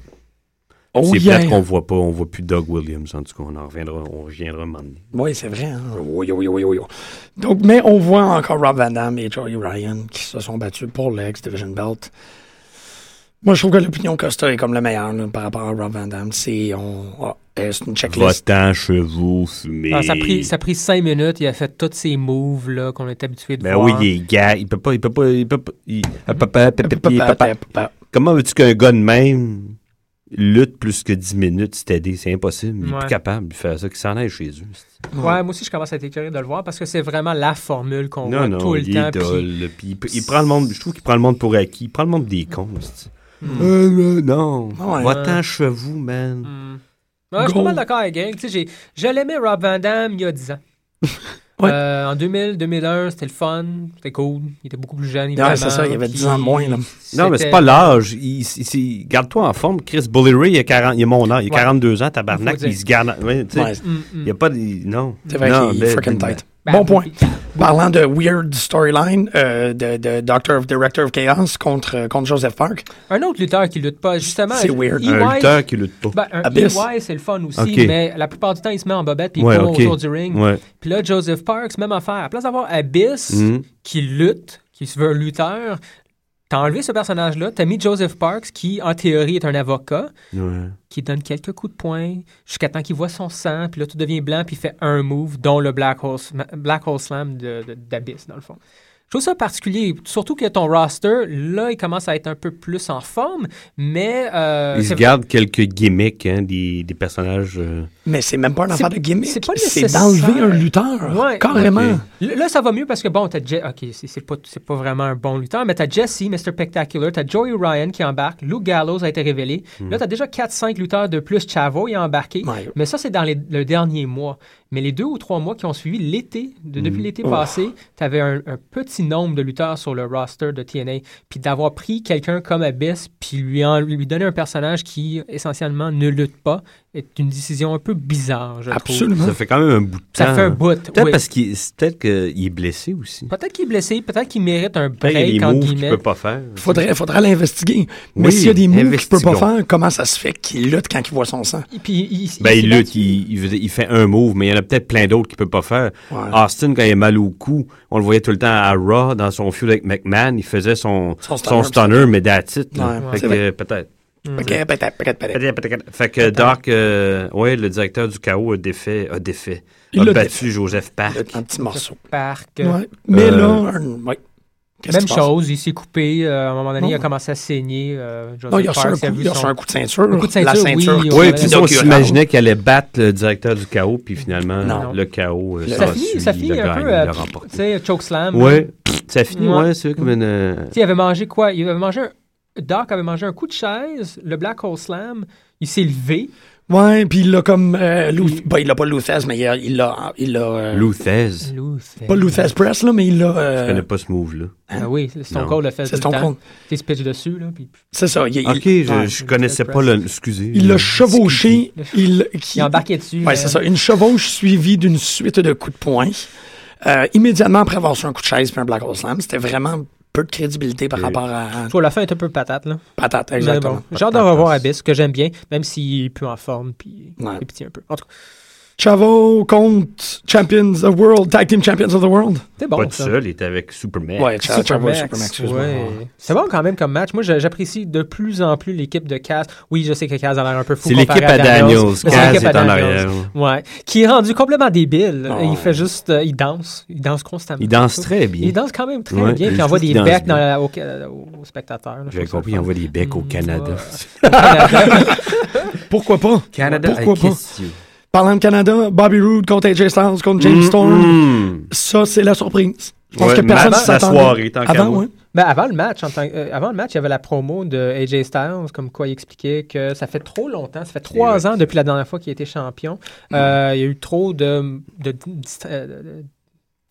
Speaker 6: Oh,
Speaker 8: c'est
Speaker 6: yeah.
Speaker 8: peut-être qu'on voit pas, on voit plus Doug Williams, en tout cas, on en reviendra, on reviendra un moment donné.
Speaker 6: Oui, c'est vrai. hein. Oui, oui, oui, oui, oui. Donc, mais on voit encore Rob Van Damme et Joey Ryan qui se sont battus pour l'ex Division Belt. Moi, je trouve que l'opinion Costa est comme le meilleur là, par rapport à Rob Van Damme. C'est on- ah, euh, c'est une checklist.
Speaker 8: Votant, chevaux, fumée.
Speaker 7: Ah, ça, a pris, ça a pris cinq minutes, il a fait tous ces moves là qu'on est habitué de
Speaker 8: Ben
Speaker 7: voir.
Speaker 8: oui, il est gars, il peut pas, il peut pas, il peut pas, il- Ah, papa, papa,
Speaker 6: Pa, pa, pa,
Speaker 8: papa,
Speaker 7: *laughs*
Speaker 8: papa.
Speaker 6: pa.
Speaker 8: Comment veux-tu qu'un gars de même lutte plus que 10 minutes, c'est aidé? C'est impossible. Il est
Speaker 7: Ouais.
Speaker 8: plus capable de faire ça, qu'il s'en aille chez eux.
Speaker 7: Ouais, moi aussi, je commence à être écœuré de le voir parce que c'est vraiment la formule qu'on
Speaker 8: Non,
Speaker 7: voit
Speaker 8: non,
Speaker 7: tout le
Speaker 8: il
Speaker 7: temps.
Speaker 8: est
Speaker 7: puis-
Speaker 8: dole. Puis il, pr- il prend le monde, je trouve qu'il prend le monde pour acquis. Il prend le monde des cons.
Speaker 7: Mm.
Speaker 8: c'est- Euh, euh, non.
Speaker 6: Ah Ouais.
Speaker 8: Va-t'en chez vous, man.
Speaker 7: Mm. Hmm. Ouais, je suis
Speaker 6: Gros.
Speaker 7: pas mal d'accord avec Eric. Tu sais, j'ai- Je l'aimais Rob Van Damme il y a 10 ans.
Speaker 6: Ouais.
Speaker 7: Euh, en 2000, 2001, c'était le fun, c'était cool. Il était beaucoup plus jeune.
Speaker 6: Ouais, c'est ça, il y avait 10 ans de moins. Là.
Speaker 8: Non, mais c'est pas l'âge. Il- il- il- Garde-toi en forme. Chris Bully Ray, il a, 40, il a mon âge. Il a
Speaker 7: Ouais.
Speaker 8: 42 ans, tabarnak.
Speaker 7: Faut
Speaker 8: Il se garde. ouais, tu sais,
Speaker 6: Ouais,
Speaker 8: Il n'y a pas de. Non.
Speaker 6: c'est vrai
Speaker 8: Non,
Speaker 6: qu'il
Speaker 8: ben,
Speaker 6: est freaking
Speaker 8: ben,
Speaker 6: tight. Bon point. Parlant de weird storyline euh, de, de Doctor of Director of Chaos contre, euh, contre Joseph Park,
Speaker 7: Un autre lutteur qui lutte pas, justement.
Speaker 6: C'est weird.
Speaker 7: EY,
Speaker 8: Un lutteur qui lutte pas.
Speaker 7: ben, un
Speaker 6: Abyss.
Speaker 7: EY, c'est le fun aussi,
Speaker 8: Ok.
Speaker 7: mais la plupart du temps, il se met en bobette puis
Speaker 8: Ouais,
Speaker 7: il court
Speaker 8: ok.
Speaker 7: autour du ring.
Speaker 8: Ouais.
Speaker 7: Puis là, Joseph Parks, même affaire. À place d'avoir Abyss
Speaker 6: Mm-hmm.
Speaker 8: Mhm.
Speaker 7: qui lutte, qui se veut un lutteur, t'as enlevé ce personnage-là, t'as mis Joseph Parks qui, en théorie, est un avocat.
Speaker 8: Ouais.
Speaker 7: qui donne quelques coups de poing jusqu'à temps qu'il voit son sang, puis là tout devient blanc, puis il fait un move, dont le Black Hole, Sma- Black Hole Slam de- de- d'Abyss, dans le fond. Je trouve ça particulier, surtout que ton roster, là, il commence à être un peu plus en forme, mais... euh,
Speaker 8: Ils se
Speaker 7: c'est-
Speaker 8: gardent quelques gimmicks, hein, des, des personnages. euh,
Speaker 6: Mais c'est même pas un
Speaker 7: C'est-
Speaker 6: affaire de gimmick.
Speaker 7: c'est pas
Speaker 6: C'est
Speaker 7: nécessaire.
Speaker 6: d'enlever un lutteur.
Speaker 7: Ouais.
Speaker 6: carrément.
Speaker 8: Ok.
Speaker 7: L- Là, ça va mieux parce que, bon, t'as Jesse... OK, c'est- c'est pas, c'est pas vraiment un bon lutteur, mais t'as Jesse, Mr. Spectacular, t'as Joey Ryan qui embarque, Lou Gallows a été révélé. Là, t'as déjà 4-5 lutteurs de plus. Chavo est embarqué.
Speaker 6: Hmm. Ouais.
Speaker 7: Mais ça, c'est dans les- le dernier mois. Mais les deux ou trois mois qui ont suivi l'été, de-
Speaker 6: Hmm.
Speaker 7: depuis l'été passé, t'avais un, un petit nombre de lutteurs sur le roster de TNA. Puis d'avoir pris quelqu'un comme Abyss, puis lui, en- lui donner un personnage qui, essentiellement, ne lutte pas, est une décision un peu bizarre, je trouve.
Speaker 6: Absolument.
Speaker 8: Ça fait quand même un bout de temps.
Speaker 7: Hein? Ça fait un bout,
Speaker 8: Peut-être
Speaker 7: oui.
Speaker 8: parce qu'il c'est peut-être qu'il est blessé aussi.
Speaker 7: Peut-être qu'il est blessé, peut-être qu'il mérite un
Speaker 8: Peut-être qu'il Ben, y
Speaker 7: break,
Speaker 8: a des
Speaker 7: entre
Speaker 8: moves qu'il ne
Speaker 7: guillemets.
Speaker 8: peut pas faire.
Speaker 6: Faudrait, faudra l'investiguer. Mais
Speaker 8: Oui,
Speaker 6: s'il y a des moves qu'il peut pas
Speaker 8: investigons.
Speaker 6: faire, comment ça se fait qu'il lutte quand il voit son sang?
Speaker 7: Et puis, il, il-
Speaker 8: Ben,
Speaker 7: il s'est
Speaker 8: il lutte,
Speaker 7: battu.
Speaker 8: il, il veut dire, il fait un move, mais il y en a peut-être plein d'autres qu'il ne peut pas faire.
Speaker 6: Ouais.
Speaker 8: Austin, quand il a mal au cou, on le voyait tout le temps à Raw, dans son feud avec McMahon, il faisait son,
Speaker 6: Son
Speaker 8: son
Speaker 6: stunner,
Speaker 8: stunner, mais that's it. là.
Speaker 6: Ouais, ouais.
Speaker 8: Fait
Speaker 6: C'est
Speaker 8: que,
Speaker 6: vrai.
Speaker 8: euh, peut-être.
Speaker 6: Ok, peut-être, peut-être, peut-être.
Speaker 8: Peut-être, peut-être. Fait que Doc, euh, ouais, le directeur du KO a défait, a défait,
Speaker 6: Il
Speaker 8: a
Speaker 6: l'a
Speaker 8: battu Joseph Park.
Speaker 6: Un petit morceau.
Speaker 7: Park.
Speaker 6: Ouais. Mais
Speaker 8: Euh,
Speaker 6: là, un- ouais. Qu'est-ce
Speaker 7: Même
Speaker 6: qui se passe?
Speaker 7: chose, il s'est coupé. euh, à un moment donné, il a
Speaker 6: Non.
Speaker 7: commencé à saigner. euh, Joseph
Speaker 6: Non, il a reçu
Speaker 7: Park,
Speaker 6: un
Speaker 7: il a
Speaker 6: coup,
Speaker 7: vu
Speaker 6: il a reçu
Speaker 7: son-
Speaker 6: un coup de ceinture.
Speaker 7: Un coup de
Speaker 6: la
Speaker 7: ceinture, oui,
Speaker 6: ceinture qui-
Speaker 7: on
Speaker 8: Oui,
Speaker 7: Ouais,
Speaker 8: puis
Speaker 7: donc, euh,
Speaker 8: donc,
Speaker 6: il
Speaker 8: il s'imaginait qu'elle allait battre le directeur du KO, puis finalement,
Speaker 6: Non.
Speaker 8: le KO, euh,
Speaker 6: Ça
Speaker 8: s'en
Speaker 7: Ça finit,
Speaker 8: suit,
Speaker 7: ça
Speaker 8: il
Speaker 7: finit
Speaker 8: a
Speaker 7: un
Speaker 8: gagné,
Speaker 7: peu.
Speaker 8: il
Speaker 7: euh,
Speaker 8: l'a
Speaker 7: Tu
Speaker 8: remporté.
Speaker 7: sais, chokeslam.
Speaker 8: Ouais, ça finit,
Speaker 7: Ouais.
Speaker 8: ouais, c'est comme une. euh,
Speaker 7: Tu sais, il avait mangé quoi Il avait mangé. un- Doc avait mangé un coup de chaise, le Black Hole Slam. Il s'est levé.
Speaker 6: Ouais, puis il l'a comme. euh, Lou- ben, il l'a pas Luthes, mais il a- il l'a. Il l'a. euh,
Speaker 8: Luthez.
Speaker 6: Pas Luthes Press, là, mais il l'a. euh,
Speaker 8: Je connais pas ce move-là.
Speaker 7: Ah oui, c'est Stone
Speaker 8: Non.
Speaker 7: Cold l'a fait.
Speaker 6: C'est
Speaker 7: tout
Speaker 6: Stone
Speaker 7: le temps.
Speaker 6: Cold.
Speaker 7: Tu sais, Il se pitch dessus, là. Puis
Speaker 6: C'est ça. Il, il-
Speaker 8: Ok, je,
Speaker 6: ouais.
Speaker 8: je connaissais pas le. Excusez.
Speaker 6: Il
Speaker 8: euh,
Speaker 6: l'a chevauché. Il, qui-
Speaker 7: il embarquait dessus.
Speaker 6: Ouais,
Speaker 7: euh,
Speaker 6: c'est ça. Une chevauche suivie d'une suite de coups de poing. Euh, immédiatement après avoir reçu un coup de chaise puis un Black Hole Slam, c'était vraiment peu de crédibilité par
Speaker 8: Et-
Speaker 6: rapport à
Speaker 7: Tu vois, la fin est un peu patate, là.
Speaker 6: Patate.
Speaker 7: Mais
Speaker 6: Exactement.
Speaker 7: bon, J'ai hâte de revoir Abyss, que j'aime bien, même s'il est plus en forme, puis
Speaker 6: Ouais.
Speaker 7: il fait pitié un peu. En tout cas,
Speaker 6: Chavo contre Champions of the World, Tag Team Champions of the World.
Speaker 7: c'est bon,
Speaker 8: pas tout
Speaker 7: ça.
Speaker 8: seul, il était avec Superman.
Speaker 6: Ouais, Chavo, Chavo,
Speaker 7: Supermax,
Speaker 6: Supermax, excuse-moi.
Speaker 7: ouais. C'est bon quand même comme match. Moi, j'a- j'apprécie de plus en plus l'équipe de Cass. Oui, je sais que Cass a l'air un peu fou.
Speaker 8: C'est l'équipe
Speaker 7: comparé
Speaker 8: à Daniels.
Speaker 7: mais c'est
Speaker 8: Cass
Speaker 7: l'équipe
Speaker 8: est
Speaker 7: à
Speaker 8: en
Speaker 7: Daniels.
Speaker 8: arrière. Ah
Speaker 7: Ouais. Qui est rendu complètement débile.
Speaker 6: Oh.
Speaker 7: Il fait juste. euh, il danse. Il danse constamment.
Speaker 8: Il danse très
Speaker 7: Il
Speaker 8: bien.
Speaker 7: danse quand même très
Speaker 8: Ouais, il
Speaker 7: bien. Puis il envoie
Speaker 8: joue
Speaker 7: des
Speaker 8: qu'il danse
Speaker 7: becs
Speaker 8: bien.
Speaker 7: dans la- au, euh, aux spectateurs. là. Je
Speaker 8: J'avais
Speaker 7: trouve
Speaker 8: compris,
Speaker 7: ça le
Speaker 8: il
Speaker 7: fun.
Speaker 8: envoie des becs au
Speaker 7: Mm,
Speaker 8: Canada. *laughs*
Speaker 7: Au Canada.
Speaker 6: Pourquoi pas?
Speaker 8: Canada,
Speaker 6: Pourquoi
Speaker 8: I
Speaker 6: pas?
Speaker 8: kiss you.
Speaker 6: Parlant de Canada, Bobby Roode contre AJ Styles contre James
Speaker 7: Mm-hmm.
Speaker 8: Mm,
Speaker 6: Storm.
Speaker 8: mm.
Speaker 6: Ça, c'est la surprise. Je pense
Speaker 8: Ouais,
Speaker 6: que personne
Speaker 8: mais
Speaker 6: ne
Speaker 8: avant la
Speaker 6: s'attendait.
Speaker 8: soirée, tant qu'à
Speaker 6: Avant,
Speaker 8: nous.
Speaker 6: ouais.
Speaker 7: Ben, avant le match, en tant que- euh, avant le match, il y avait la promo de AJ Styles, comme quoi il expliquait que ça fait trop longtemps, ça fait trois ans depuis la dernière fois qu'il a été champion.
Speaker 8: Mm.
Speaker 7: Euh, il y a eu trop de, de dist- euh, de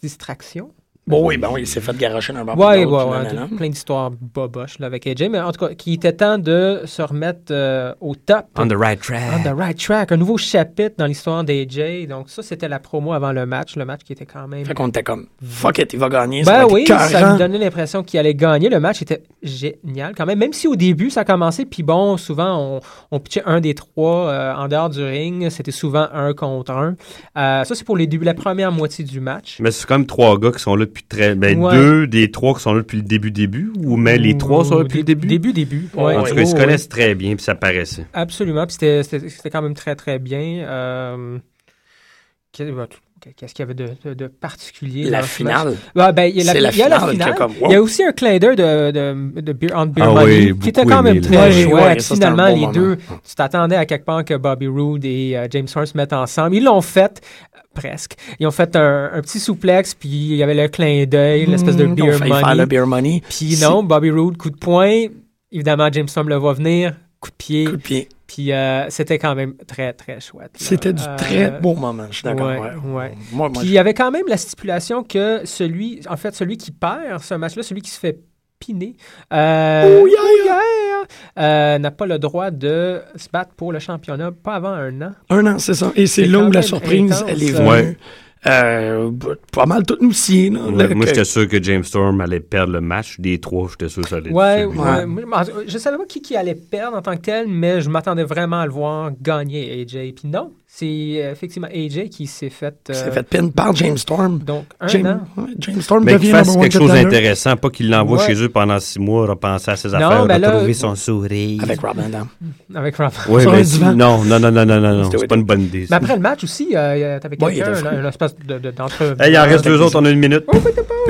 Speaker 7: distractions.
Speaker 6: Bon, oui, ben oui, il s'est fait garocher
Speaker 8: Ah,
Speaker 6: dans un bar.
Speaker 7: ouais, ouais,
Speaker 6: puis l'autre,
Speaker 7: ouais,
Speaker 6: puis nanana.
Speaker 7: plein d'histoires boboches là, avec AJ, mais en tout cas, qu'il était temps de se remettre euh, au top.
Speaker 8: On the right
Speaker 7: On
Speaker 8: track.
Speaker 7: the right track, un nouveau chapitre dans l'histoire d'AJ. Donc, ça, c'était la promo avant le match, le match qui était quand même
Speaker 6: Fait qu'on était comme, fuck it, il va gagner. ça
Speaker 7: Ben
Speaker 6: va être
Speaker 7: oui, ça
Speaker 6: écœurant.
Speaker 7: nous donnait l'impression qu'il allait gagner. Le match était génial quand même. Même si au début, ça a commencé, puis bon, souvent, on, on pitchait un des trois euh, en dehors du ring. C'était souvent un contre un. Euh, ça, c'est pour les débuts, la première moitié du match.
Speaker 8: Mais c'est quand même trois gars qui sont là depuis très. Ben,
Speaker 7: Ouais.
Speaker 8: deux des trois qui sont là depuis le début-début, ou mais les trois sont là depuis le
Speaker 7: Dé-
Speaker 8: début?
Speaker 7: Début, début.
Speaker 6: Ouais,
Speaker 8: En
Speaker 6: ouais,
Speaker 8: tout cas, ils se
Speaker 7: Oh,
Speaker 8: connaissent très bien, puis ça paraissait.
Speaker 7: ouais. Absolument, puis c'était- c'était c'était quand même très, très bien. Euh, qu'est- bah, tout- Qu'est-ce qu'il y avait de, de- de particulier?
Speaker 6: La
Speaker 7: dans ce match?
Speaker 6: finale.
Speaker 7: Ouais, ben, il y a
Speaker 6: C'est la
Speaker 7: la, il y a
Speaker 6: finale qui a comme, wow.
Speaker 7: Il y a aussi un clin d'œil de, de, de Beer on Beer
Speaker 8: Ah
Speaker 7: Money
Speaker 8: oui,
Speaker 7: qui était
Speaker 8: beaucoup
Speaker 7: quand même
Speaker 8: aimé, là.
Speaker 6: Ouais,
Speaker 7: très chouette.
Speaker 6: ouais, ça, c'était
Speaker 7: Finalement,
Speaker 6: un bon
Speaker 7: les
Speaker 6: moment.
Speaker 7: deux, tu t'attendais à quelque part que Bobby Roode et euh, James Storm se mettent ensemble. Ils l'ont fait euh, presque. Ils ont fait un, un petit souplex, puis il y avait le clin d'œil, l'espèce de
Speaker 6: Mm,
Speaker 7: Beer
Speaker 6: on failli faire le
Speaker 7: Money.
Speaker 6: beer money.
Speaker 7: Puis non, Bobby Roode, coup de poing. Évidemment, James Storm le voit venir, coup de pied.
Speaker 6: Coup de pied.
Speaker 7: Puis euh, c'était quand même très, très chouette. là.
Speaker 6: C'était du
Speaker 7: Euh,
Speaker 6: très beau moment, je suis d'accord.
Speaker 7: ouais,
Speaker 6: ouais.
Speaker 7: ouais.
Speaker 6: Moi, moi,
Speaker 7: Puis il y avait quand même la stipulation que celui, en fait, celui qui perd ce match-là, celui qui se fait piner, euh,
Speaker 6: Oh, yeah!
Speaker 7: oh, yeah, euh, n'a pas le droit de se battre pour le championnat, pas avant un an.
Speaker 6: Un an, c'est ça. Et c'est
Speaker 7: C'est
Speaker 6: là
Speaker 7: quand
Speaker 6: où la
Speaker 7: même
Speaker 6: surprise,
Speaker 7: intense,
Speaker 6: elle est
Speaker 7: euh.
Speaker 6: venue.
Speaker 8: Ouais.
Speaker 6: Euh, bah, pas mal tout nous scier, là.
Speaker 8: Ouais,
Speaker 6: Le-
Speaker 8: moi,
Speaker 6: que-
Speaker 8: j'étais sûr que James Storm allait perdre le match. Des trois, j'étais sûr que ça allait être
Speaker 7: Ouais,
Speaker 8: celui-là.
Speaker 7: ouais. Moi, Je je savais pas qui, qui allait perdre en tant que tel, mais je m'attendais vraiment à le voir gagner AJ. Puis non, C'est euh, effectivement AJ qui s'est fait. euh,
Speaker 6: C'est fait pin par James Storm.
Speaker 7: Donc, un
Speaker 6: James,
Speaker 7: an.
Speaker 6: ouais, James Storm
Speaker 8: Mais
Speaker 6: devient
Speaker 8: qu'il fasse
Speaker 6: number one
Speaker 8: quelque chose
Speaker 6: contender
Speaker 8: d'intéressant, pas qu'il l'envoie
Speaker 7: Ouais.
Speaker 8: chez eux pendant six mois, repenser à ses affaires,
Speaker 7: ben là-
Speaker 8: retrouver son sourire.
Speaker 6: Avec Rob Van Dam.
Speaker 7: Avec Rob.
Speaker 8: Oui,
Speaker 6: Sur un
Speaker 8: mais
Speaker 6: divan.
Speaker 8: non, non, non, non, non, non, non,
Speaker 6: C'était
Speaker 8: c'est pas une bonne idée.
Speaker 7: Mais
Speaker 8: ça.
Speaker 7: après le match aussi, euh, t'avais
Speaker 6: Ouais, il
Speaker 7: quelqu'un,
Speaker 6: était fou.
Speaker 7: un, un espèce de- de- d'entre.
Speaker 8: Hey, il en reste deux autres, on a une minute.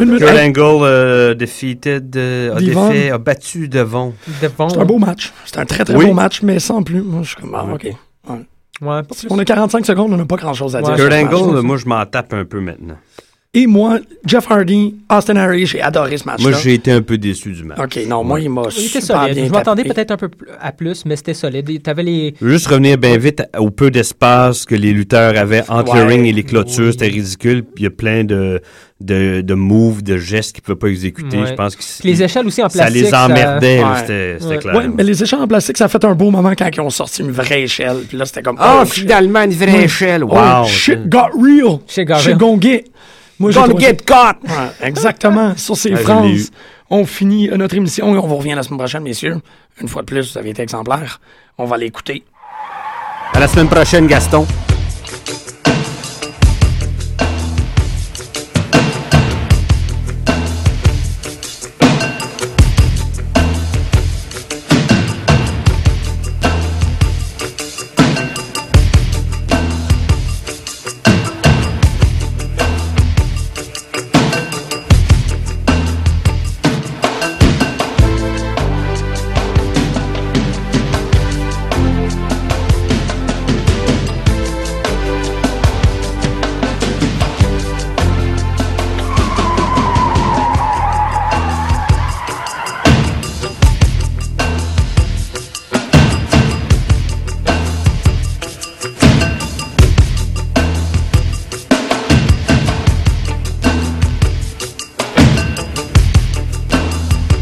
Speaker 6: Une minute.
Speaker 8: Kurt Angle, euh, defeated, euh, a
Speaker 6: Devon.
Speaker 8: défait, a battu Devon.
Speaker 7: Devon.
Speaker 6: C'est un beau match. C'est un très, très
Speaker 8: Oui.
Speaker 6: beau match, mais sans plus. Moi, je suis comme, ah, OK.
Speaker 7: Ouais, pas plus.
Speaker 6: On a 45 secondes, on n'a pas grand-chose à dire.
Speaker 7: Ouais.
Speaker 6: sur
Speaker 8: Kurt
Speaker 6: ce match-là.
Speaker 8: Angle, moi, Ah, je m'en tape un peu maintenant.
Speaker 6: Et moi, Jeff Hardy, Austin Harry, j'ai adoré ce match-là.
Speaker 8: Moi, j'ai été un peu déçu du match.
Speaker 6: OK, non, moi, il m'a
Speaker 7: Il était
Speaker 6: super
Speaker 7: solide.
Speaker 6: bien
Speaker 7: Je m'attendais
Speaker 6: tapé.
Speaker 7: peut-être un peu pl- à plus, mais c'était solide. Et T'avais les.
Speaker 8: Juste revenir bien vite à- au peu d'espace que les lutteurs avaient entre
Speaker 6: Ouais.
Speaker 8: le ring et les clôtures, c'était ridicule. Puis il y a plein de, de, de moves, de gestes qu'ils ne pouvaient pas exécuter.
Speaker 7: Ouais.
Speaker 8: Je pense que
Speaker 7: Puis les échelles aussi en
Speaker 8: ça
Speaker 7: plastique.
Speaker 8: les emmerdait, là,
Speaker 6: ouais.
Speaker 8: c'était c'était
Speaker 7: Ouais.
Speaker 8: clair.
Speaker 6: Ouais, mais les échelles en plastique, ça a fait un beau moment quand ils ont sorti une vraie échelle. Puis là, c'était comme.
Speaker 8: Ah,
Speaker 6: shit.
Speaker 8: finalement, une vraie
Speaker 6: Ouais.
Speaker 8: échelle.
Speaker 6: Oh,
Speaker 8: Wow.
Speaker 6: shit got real.
Speaker 7: Shit got
Speaker 6: Shit
Speaker 7: real.
Speaker 6: gonna get. Moi, j'ai
Speaker 8: Gonna
Speaker 6: trouvé ça-
Speaker 8: get caught.
Speaker 6: Ouais,
Speaker 8: *laughs*
Speaker 6: exactement. Sur ces
Speaker 8: Ah, je l'ai eu.
Speaker 6: phrases, on finit notre émission et on vous revient la semaine prochaine, messieurs. Une fois de plus, vous avez été exemplaires. On va l'écouter.
Speaker 8: À la semaine prochaine, Gaston.